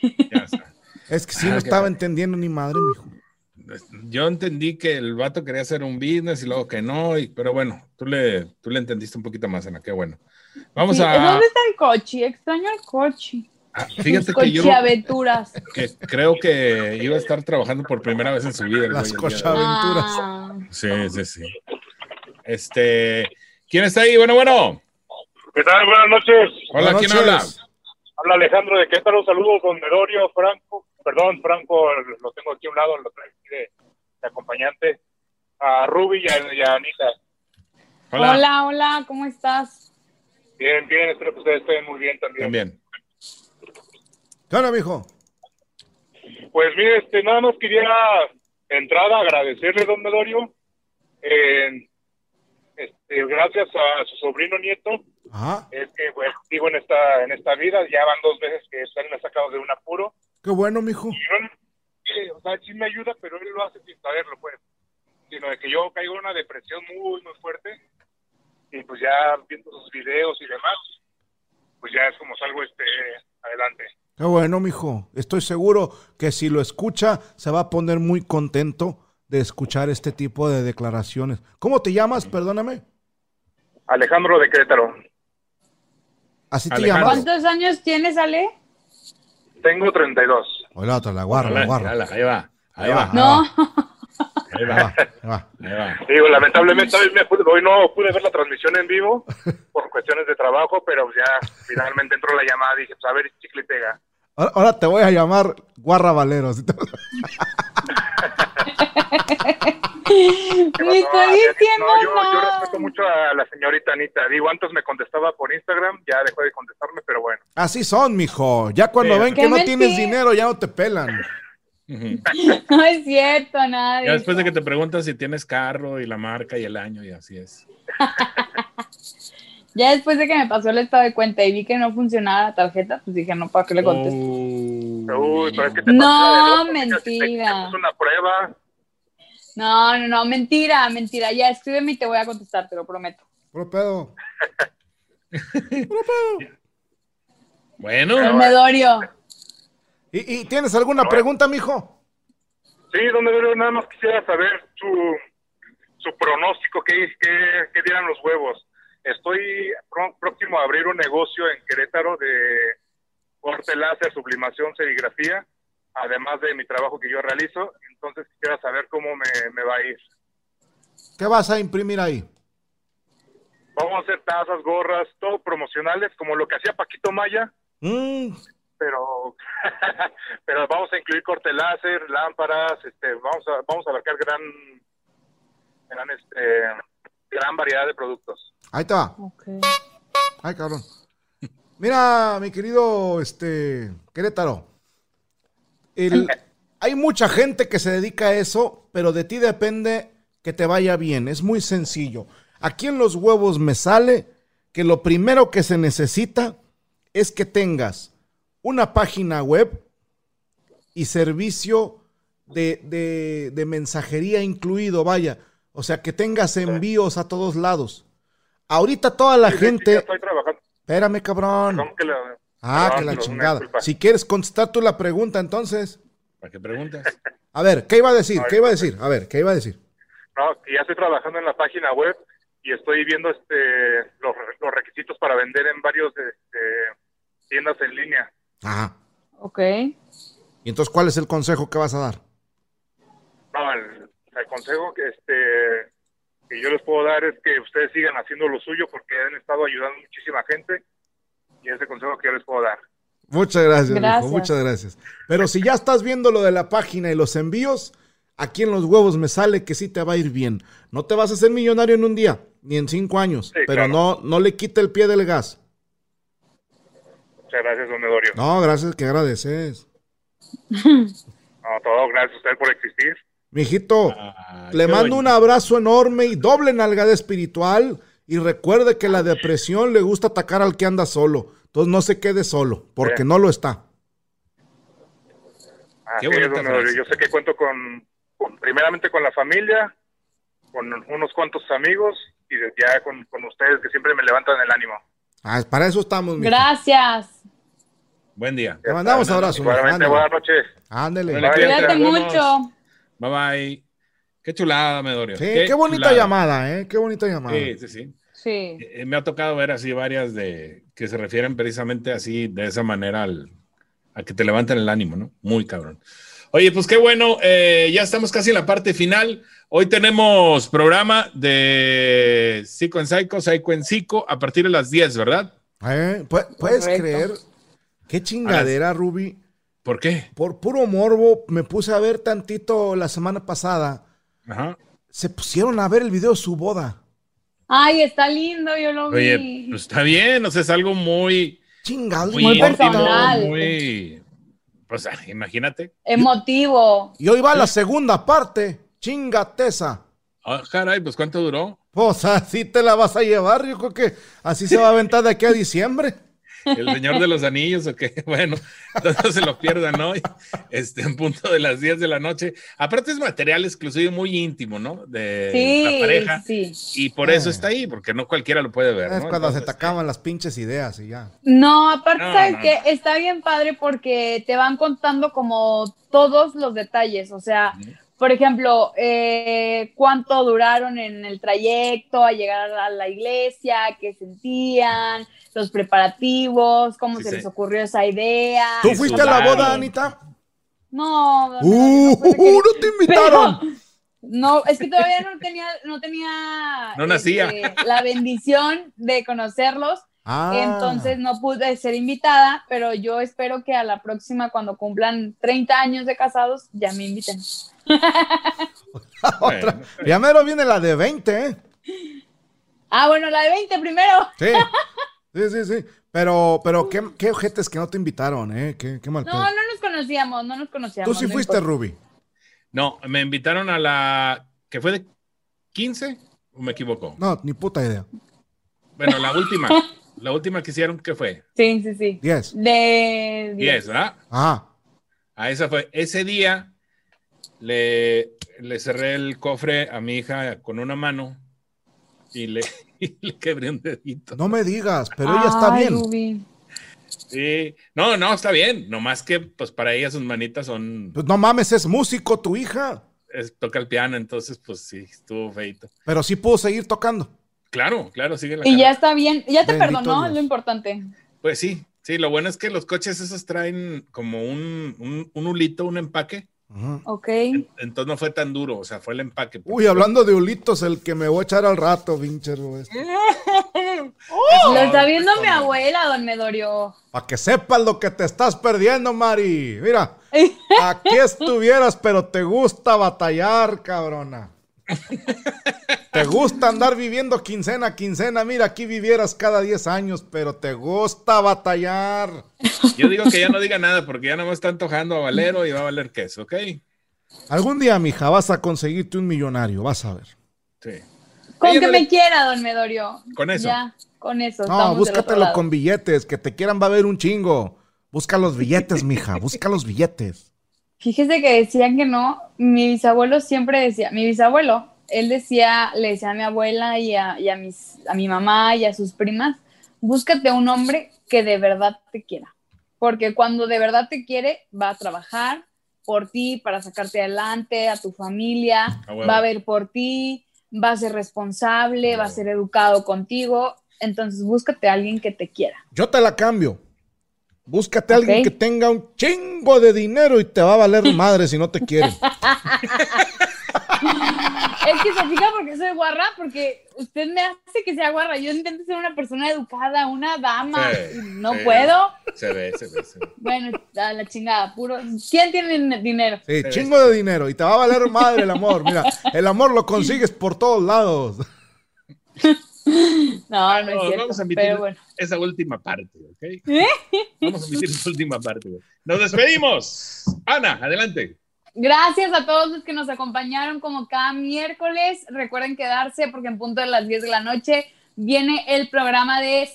Speaker 5: Ya está.
Speaker 3: Es que sí
Speaker 5: Ah,
Speaker 3: no
Speaker 5: qué
Speaker 3: estaba
Speaker 5: padre.
Speaker 3: entendiendo ni madre, mijo.
Speaker 5: Yo entendí que el vato quería hacer un business y luego que no, y- pero bueno, tú le, tú le entendiste un poquito más, Ana, qué bueno. Vamos
Speaker 4: Sí,
Speaker 5: a...
Speaker 4: ¿Dónde está el coche? Extraño el coche.
Speaker 5: a-
Speaker 4: Fíjate
Speaker 5: Fíjate que yo...
Speaker 4: aventuras.
Speaker 5: que creo que iba a estar trabajando por primera vez en su vida. el
Speaker 3: Las
Speaker 5: güey, el día de hoy.
Speaker 3: cochaventuras.
Speaker 4: Ah.
Speaker 5: Sí, sí, sí. Este, ¿quién está ahí? Bueno, bueno.
Speaker 10: ¿Qué tal? Buenas noches.
Speaker 5: Hola,
Speaker 3: Buenas
Speaker 5: ¿quién
Speaker 3: noches.
Speaker 5: habla?
Speaker 10: Habla Alejandro de Querétaro. Saludos, don Medorio, Franco. Perdón, Franco, lo tengo aquí a un lado, lo traigo aquí de, de acompañante. A Ruby y a, y a Anita.
Speaker 5: Hola.
Speaker 4: Hola. hola, ¿cómo estás?
Speaker 10: Bien, bien, espero que ustedes estén muy bien también.
Speaker 5: También.
Speaker 3: ¿Qué onda, mijo?
Speaker 10: Pues mire, este, nada más quería de entrada agradecerle, don Medorio. eh, este, gracias a su sobrino nieto,
Speaker 3: Ajá,
Speaker 10: es que bueno, digo en esta, en esta vida, ya van dos veces que están sacados de un apuro.
Speaker 3: qué bueno, mijo.
Speaker 10: Y yo, eh, o sea, sí me ayuda, pero él lo hace sin saberlo, pues. Sino de que yo caigo en una depresión muy, muy fuerte. Y pues ya viendo sus videos y demás, pues ya es como salgo este adelante.
Speaker 3: Qué bueno, mijo. Estoy seguro que si lo escucha, se va a poner muy contento de escuchar este tipo de declaraciones. ¿Cómo te llamas? Perdóname.
Speaker 10: Alejandro de Querétaro.
Speaker 3: Así te
Speaker 5: Alejandro.
Speaker 3: llamas.
Speaker 4: ¿Cuántos años tienes, Ale?
Speaker 10: Tengo 32.
Speaker 3: Hola, otra, la guarra, la
Speaker 5: Ala,
Speaker 3: guarra.
Speaker 5: ala, ahí va,
Speaker 3: Ahí
Speaker 5: ahí va,
Speaker 3: va,
Speaker 4: No.
Speaker 5: ahí
Speaker 3: ahí va,
Speaker 5: va,
Speaker 3: ahí va.
Speaker 5: ahí va.
Speaker 10: Digo, lamentablemente hoy, me pude- hoy no pude ver la transmisión en vivo por cuestiones de trabajo, pero ya finalmente entró la llamada y dije, pues a ver, chicle y pega.
Speaker 3: Ahora, ahora te voy a llamar Guarra Valero. así te-
Speaker 4: Me
Speaker 10: No,
Speaker 4: estoy
Speaker 10: no,
Speaker 4: diciendo
Speaker 10: no, yo, yo
Speaker 4: mal.
Speaker 10: respeto mucho a la señorita Anita. Digo, antes me contestaba por Instagram, ya dejó de contestarme, pero bueno.
Speaker 3: Así son, mijo. Ya cuando
Speaker 5: Sí,
Speaker 3: ven
Speaker 4: qué
Speaker 3: que no
Speaker 4: mentira.
Speaker 3: tienes dinero, ya no te pelan.
Speaker 5: Ujú.
Speaker 4: No es cierto, nadie.
Speaker 5: Ya después de que te preguntas si tienes carro y la marca y el año y así es.
Speaker 4: Ya después de que me pasó el estado de cuenta y vi que no funcionaba la tarjeta, pues dije, no, ¿para qué le contesto?
Speaker 5: Oh.
Speaker 10: Uy, pero es que te
Speaker 4: No,
Speaker 10: pasó de loco,
Speaker 4: mentira.
Speaker 10: fíjate, te- te puso una prueba.
Speaker 4: No, no, no, mentira, mentira. Ya escríbeme y te voy a contestar, te lo prometo.
Speaker 3: Puro pedo.
Speaker 5: Bueno,
Speaker 4: Dormedorio.
Speaker 3: ¿Y, y tienes alguna pregunta, mijo?
Speaker 10: Sí, donde yo nada más quisiera saber su, su pronóstico, qué, qué, qué dieran los huevos. Estoy pro- próximo a abrir un negocio en Querétaro de corte láser, sublimación, serigrafía, además de mi trabajo que yo realizo. Entonces quisiera saber cómo me, me va a ir.
Speaker 3: ¿Qué vas a imprimir ahí?
Speaker 10: Vamos a hacer tazas, gorras, todo promocionales, como lo que hacía Paquito Maya,
Speaker 3: Mm,
Speaker 10: pero, pero vamos a incluir corte láser, lámparas, este, vamos a, vamos a abarcar gran, gran, este, gran variedad de productos.
Speaker 3: ahí te va. Ay, cabrón. Mira, mi querido este, Querétaro. el- hay mucha gente que se dedica a eso, pero de ti depende que te vaya bien. Es muy sencillo. Aquí en los huevos me sale que lo primero que se necesita es que tengas una página web y servicio de, de- de mensajería incluido, vaya. O sea, que tengas envíos a todos lados. Ahorita toda la
Speaker 10: Sí, sí,
Speaker 3: gente...
Speaker 10: ya estoy trabajando.
Speaker 3: Espérame, cabrón.
Speaker 10: Perdón que la-
Speaker 3: Ah,
Speaker 10: perdón,
Speaker 3: que la
Speaker 10: una
Speaker 3: chingada.
Speaker 10: disculpa.
Speaker 3: Si quieres contestar tú la pregunta, entonces.
Speaker 5: ¿para qué preguntas?
Speaker 3: A ver, ¿qué iba a decir?
Speaker 10: A ver,
Speaker 3: ¿Qué iba a decir? A ver, ¿qué iba a decir?
Speaker 10: No, que ya estoy trabajando en la página web y estoy viendo este, los, los requisitos para vender en varios este, tiendas en línea.
Speaker 3: Ajá.
Speaker 4: Ok.
Speaker 3: ¿Y entonces cuál es el consejo que vas a dar?
Speaker 10: No, el, el consejo que este que yo les puedo dar es que ustedes sigan haciendo lo suyo porque han estado ayudando a muchísima gente y ese consejo que yo les puedo dar.
Speaker 3: Muchas gracias, mijo,
Speaker 4: Gracias.
Speaker 3: muchas gracias. Pero si ya estás viendo lo de la página y los envíos, aquí en los huevos me sale que sí te va a ir bien. No te vas a hacer millonario en un día, ni en cinco años,
Speaker 10: Sí,
Speaker 3: pero
Speaker 10: claro.
Speaker 3: no, no le quita el pie del gas.
Speaker 10: Muchas gracias, don Edorio.
Speaker 3: No, gracias, que agradeces.
Speaker 10: No, todo, gracias a usted por existir.
Speaker 3: Mijito,
Speaker 5: Ah,
Speaker 3: Le
Speaker 5: qué
Speaker 3: mando un
Speaker 5: bonito.
Speaker 3: abrazo enorme y doble nalgada espiritual. Y recuerde que la depresión le gusta atacar al que anda solo. Entonces no se quede solo, porque
Speaker 5: Eh.
Speaker 10: Bien.
Speaker 3: no lo está.
Speaker 10: Así
Speaker 5: bonita
Speaker 10: es, don Edorio.
Speaker 5: frase.
Speaker 10: Yo sé que cuento con, con- primeramente con la familia, con unos cuantos amigos y de- ya con, con ustedes que siempre me levantan el ánimo.
Speaker 3: Ah, para eso estamos, mijo.
Speaker 4: Gracias.
Speaker 5: Buen día.
Speaker 3: Te mandamos abrazo. mijo.
Speaker 10: Igualmente, buenas
Speaker 3: Ándele.
Speaker 10: noches.
Speaker 3: Ándele.
Speaker 5: Órale.
Speaker 4: Cuídate
Speaker 10: Gracias.
Speaker 4: mucho.
Speaker 5: Bye bye. Qué chulada, Medorio.
Speaker 3: Sí, qué, bonita
Speaker 5: chulada.
Speaker 3: llamada, ¿eh? Qué bonita llamada.
Speaker 5: Sí, sí, sí.
Speaker 4: Sí.
Speaker 5: Eh, Me ha tocado ver así varias de que se refieren precisamente así, de esa manera, al, a que te levanten el ánimo, ¿no? Muy cabrón. Oye, pues qué bueno, eh, ya estamos casi en la parte final. Hoy tenemos programa de Psico en Psycho, Psycho en Psico, a partir de las 10, ¿verdad?
Speaker 3: ¿Eh? Pu- ¿Puedes
Speaker 4: Correcto.
Speaker 3: creer? Qué chingadera, Ruby.
Speaker 5: ¿Por qué?
Speaker 3: Por puro morbo, me puse a ver tantito la semana pasada.
Speaker 5: Ajá.
Speaker 3: Se pusieron a ver el video de su boda.
Speaker 4: Ay, está lindo, yo lo
Speaker 5: Oye,
Speaker 4: vi.
Speaker 5: pues, está bien, o sea, es algo muy,
Speaker 3: Chingados.
Speaker 5: muy,
Speaker 4: Muy
Speaker 5: íntimo,
Speaker 4: personal.
Speaker 5: muy- pues ah, imagínate.
Speaker 4: Emotivo.
Speaker 3: Y hoy va la segunda parte. Chingateza.
Speaker 5: Ah, caray, pues cuánto duró.
Speaker 3: Pues así te la vas a llevar, yo creo que así se va a aventar de aquí a diciembre.
Speaker 5: el Señor de los Anillos, o qué? bueno, no se lo pierdan hoy, este, en punto de las 10 de la noche. Aparte es material exclusivo y muy íntimo, ¿no? De
Speaker 4: Sí,
Speaker 5: la pareja.
Speaker 4: sí.
Speaker 5: Y por eso está ahí, porque no cualquiera lo puede ver.
Speaker 3: Ah. Es
Speaker 5: ¿no?
Speaker 3: cuando se
Speaker 5: Entonces,
Speaker 3: te acaban las pinches ideas y ya.
Speaker 4: No, aparte,
Speaker 5: No,
Speaker 4: ¿sabes
Speaker 5: no,
Speaker 4: qué? Está bien padre porque te van contando como todos los detalles. O sea,
Speaker 5: Ujú.
Speaker 4: por ejemplo, eh, cuánto duraron en el trayecto a llegar a la iglesia, qué sentían, los preparativos, cómo
Speaker 5: Sí,
Speaker 4: se
Speaker 5: sí.
Speaker 4: les ocurrió esa idea.
Speaker 3: ¿Tú
Speaker 5: Sí,
Speaker 3: fuiste a la
Speaker 5: claro.
Speaker 3: boda, Anita?
Speaker 4: No, no, no,
Speaker 3: ¡Uh!
Speaker 4: no, porque-
Speaker 3: ¡No te invitaron!
Speaker 4: pero- no, es que todavía no tenía, no tenía
Speaker 5: No nacía.
Speaker 4: este, la bendición de conocerlos.
Speaker 3: Ah.
Speaker 4: Entonces no pude ser invitada, pero yo espero que a la próxima, cuando cumplan 30 años de casados, ya me inviten.
Speaker 5: bueno,
Speaker 3: Otra. Ya mero viene la de 20, ¿eh?
Speaker 4: Ah, bueno, la de 20 primero.
Speaker 3: Sí. Sí, sí, sí. Pero, pero qué, qué ojetes que no te invitaron, ¿eh? Qué, qué mal
Speaker 4: No,
Speaker 3: pedo.
Speaker 4: no nos conocíamos, no nos
Speaker 3: Tú
Speaker 4: conocíamos.
Speaker 3: sí
Speaker 4: no
Speaker 3: fuiste,
Speaker 4: importa.
Speaker 3: Ruby.
Speaker 5: No, me invitaron a la que fue de 15 o me equivoco.
Speaker 3: No, ni puta idea.
Speaker 5: Bueno, la última, la última que hicieron que fue
Speaker 4: Sí, sí, sí.
Speaker 3: 10.
Speaker 4: De
Speaker 5: 10, ¿verdad?
Speaker 3: Ah,
Speaker 5: A esa fue ese día le, le cerré el cofre a mi hija con una mano y le, y le quebré un dedito.
Speaker 3: no me digas, pero ella está
Speaker 4: Ay,
Speaker 3: bien.
Speaker 4: Ruby.
Speaker 5: Sí. No, no, está bien. Nomás que pues para ella sus manitas son
Speaker 3: Pues no mames, es músico tu hija.
Speaker 5: es- toca el piano, entonces pues sí, estuvo feito.
Speaker 3: Pero sí pudo seguir tocando.
Speaker 5: Claro, claro, sigue la
Speaker 4: Y ya
Speaker 5: carrera.
Speaker 4: está bien, ya te
Speaker 3: Bendito
Speaker 4: perdonó,
Speaker 3: Dios.
Speaker 4: es lo importante.
Speaker 5: Pues sí, sí, lo bueno es que los coches esos traen como un, un, un hulito, un empaque.
Speaker 3: Ujú.
Speaker 4: Ok.
Speaker 5: Entonces no fue tan duro, o sea, fue el empaque.
Speaker 3: Uy, hablando de ulitos, el que me voy a echar al rato, pinche
Speaker 4: Lo está viendo
Speaker 5: pues,
Speaker 4: mi abuela, don Medorio.
Speaker 3: Para que sepas lo que te estás perdiendo, Mari. Mira, aquí estuvieras, pero te gusta batallar, cabrona. Te gusta andar viviendo quincena a quincena. Mira, aquí vivieras cada 10 años, pero te gusta batallar.
Speaker 5: Yo digo que ya no diga nada porque ya no me está antojando a Valero y va a valer queso, ¿ok?
Speaker 3: Algún día, mija, vas a conseguirte un millonario, vas a ver.
Speaker 5: Sí.
Speaker 4: Con
Speaker 5: Ella
Speaker 4: que
Speaker 5: no
Speaker 4: me
Speaker 5: le-
Speaker 4: quiera, don Medorio.
Speaker 5: Con eso.
Speaker 4: Ya, con eso.
Speaker 3: No,
Speaker 4: estamos del otro
Speaker 3: búscatelo
Speaker 4: lado.
Speaker 3: con billetes, que te quieran va a haber un chingo. Busca los billetes, mija, busca los billetes.
Speaker 4: Fíjese que decían que no, mi bisabuelo siempre decía, mi bisabuelo, él decía, le decía a mi abuela y a, y a mis, a mi mamá y a sus primas, búscate un hombre que de verdad te quiera, porque cuando de verdad te quiere, va a trabajar por ti, para sacarte adelante, a tu familia,
Speaker 5: A huevo.
Speaker 4: va a ver por ti, va a ser responsable, va a ser educado contigo, entonces búscate a alguien que te quiera.
Speaker 3: Yo te la cambio. Búscate a alguien
Speaker 4: Ok.
Speaker 3: que tenga un chingo de dinero y te va a valer madre si no te quiere.
Speaker 4: Es que se fija porque soy guarra, porque usted me hace que sea guarra. Yo intento ser una persona educada, una dama,
Speaker 5: Sí,
Speaker 4: y no
Speaker 5: sí.
Speaker 4: puedo.
Speaker 5: Se ve, se ve, se ve.
Speaker 4: Bueno, a la chingada, puro. ¿Quién tiene dinero?
Speaker 3: Sí, chingo de dinero y te va a valer madre el amor. Mira, el amor lo consigues por todos lados.
Speaker 4: Ah, No, no es
Speaker 5: No,
Speaker 4: cierto.
Speaker 5: vamos a emitir
Speaker 4: pero bueno, ¿Eh?
Speaker 5: esa última parte, ¿ok? Vamos a emitir esa última parte. güey. Nos despedimos. Ana, adelante.
Speaker 4: gracias a todos los que nos acompañaron como cada miércoles. Recuerden quedarse porque en punto de las 10 de la noche viene el programa de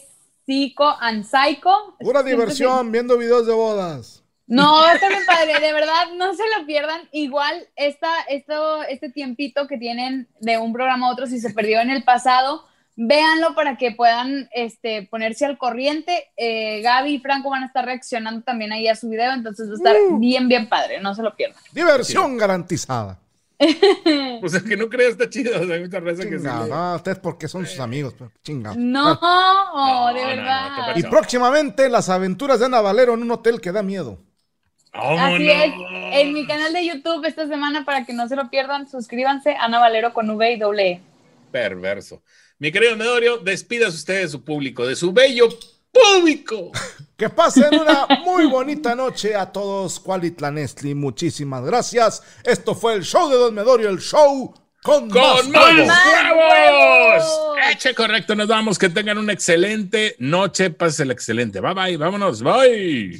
Speaker 4: Psycho and Psycho. Siempre
Speaker 3: Pura
Speaker 4: se-
Speaker 3: diversión viendo videos de bodas.
Speaker 4: No, está bien padre, de verdad, no se lo pierdan. Igual, esta, esto, este tiempito que tienen de un programa a otro, si se perdió en el pasado, véanlo para que puedan este, ponerse al corriente. Eh, Gaby y Franco van a estar reaccionando también ahí a su video, entonces va a estar bien, bien padre, no se lo pierdan.
Speaker 3: Diversión garantizada.
Speaker 5: Pues el que no creas está chido. o sea, hay mucha raza que sí
Speaker 3: Chinga,
Speaker 5: le- Eh.
Speaker 3: no, ustedes porque son sus amigos, pero chinga.
Speaker 4: No, oh, de
Speaker 5: Ah. no, no,
Speaker 4: verdad.
Speaker 5: ¿qué
Speaker 3: Y
Speaker 5: pasó?
Speaker 3: próximamente las aventuras de Ana Valero en un hotel que da miedo.
Speaker 5: ¡Vámonos!
Speaker 4: Así es, en mi canal de YouTube esta semana, para que no se lo pierdan, suscríbanse, Ana Valero con V y doble E.
Speaker 5: Perverso. Mi querido Medorio, despidas usted de su público, de su bello público.
Speaker 3: Que pasen una muy bonita noche a todos, Cualitlanestli. Muchísimas gracias. Esto fue el show de Don Medorio, el show con, más
Speaker 5: ¡Con más
Speaker 3: huevos.
Speaker 5: huevos!
Speaker 4: huevos!
Speaker 5: Eche correcto, nos vamos. Que tengan una excelente noche. Pásela excelente. Bye bye, vámonos, bye.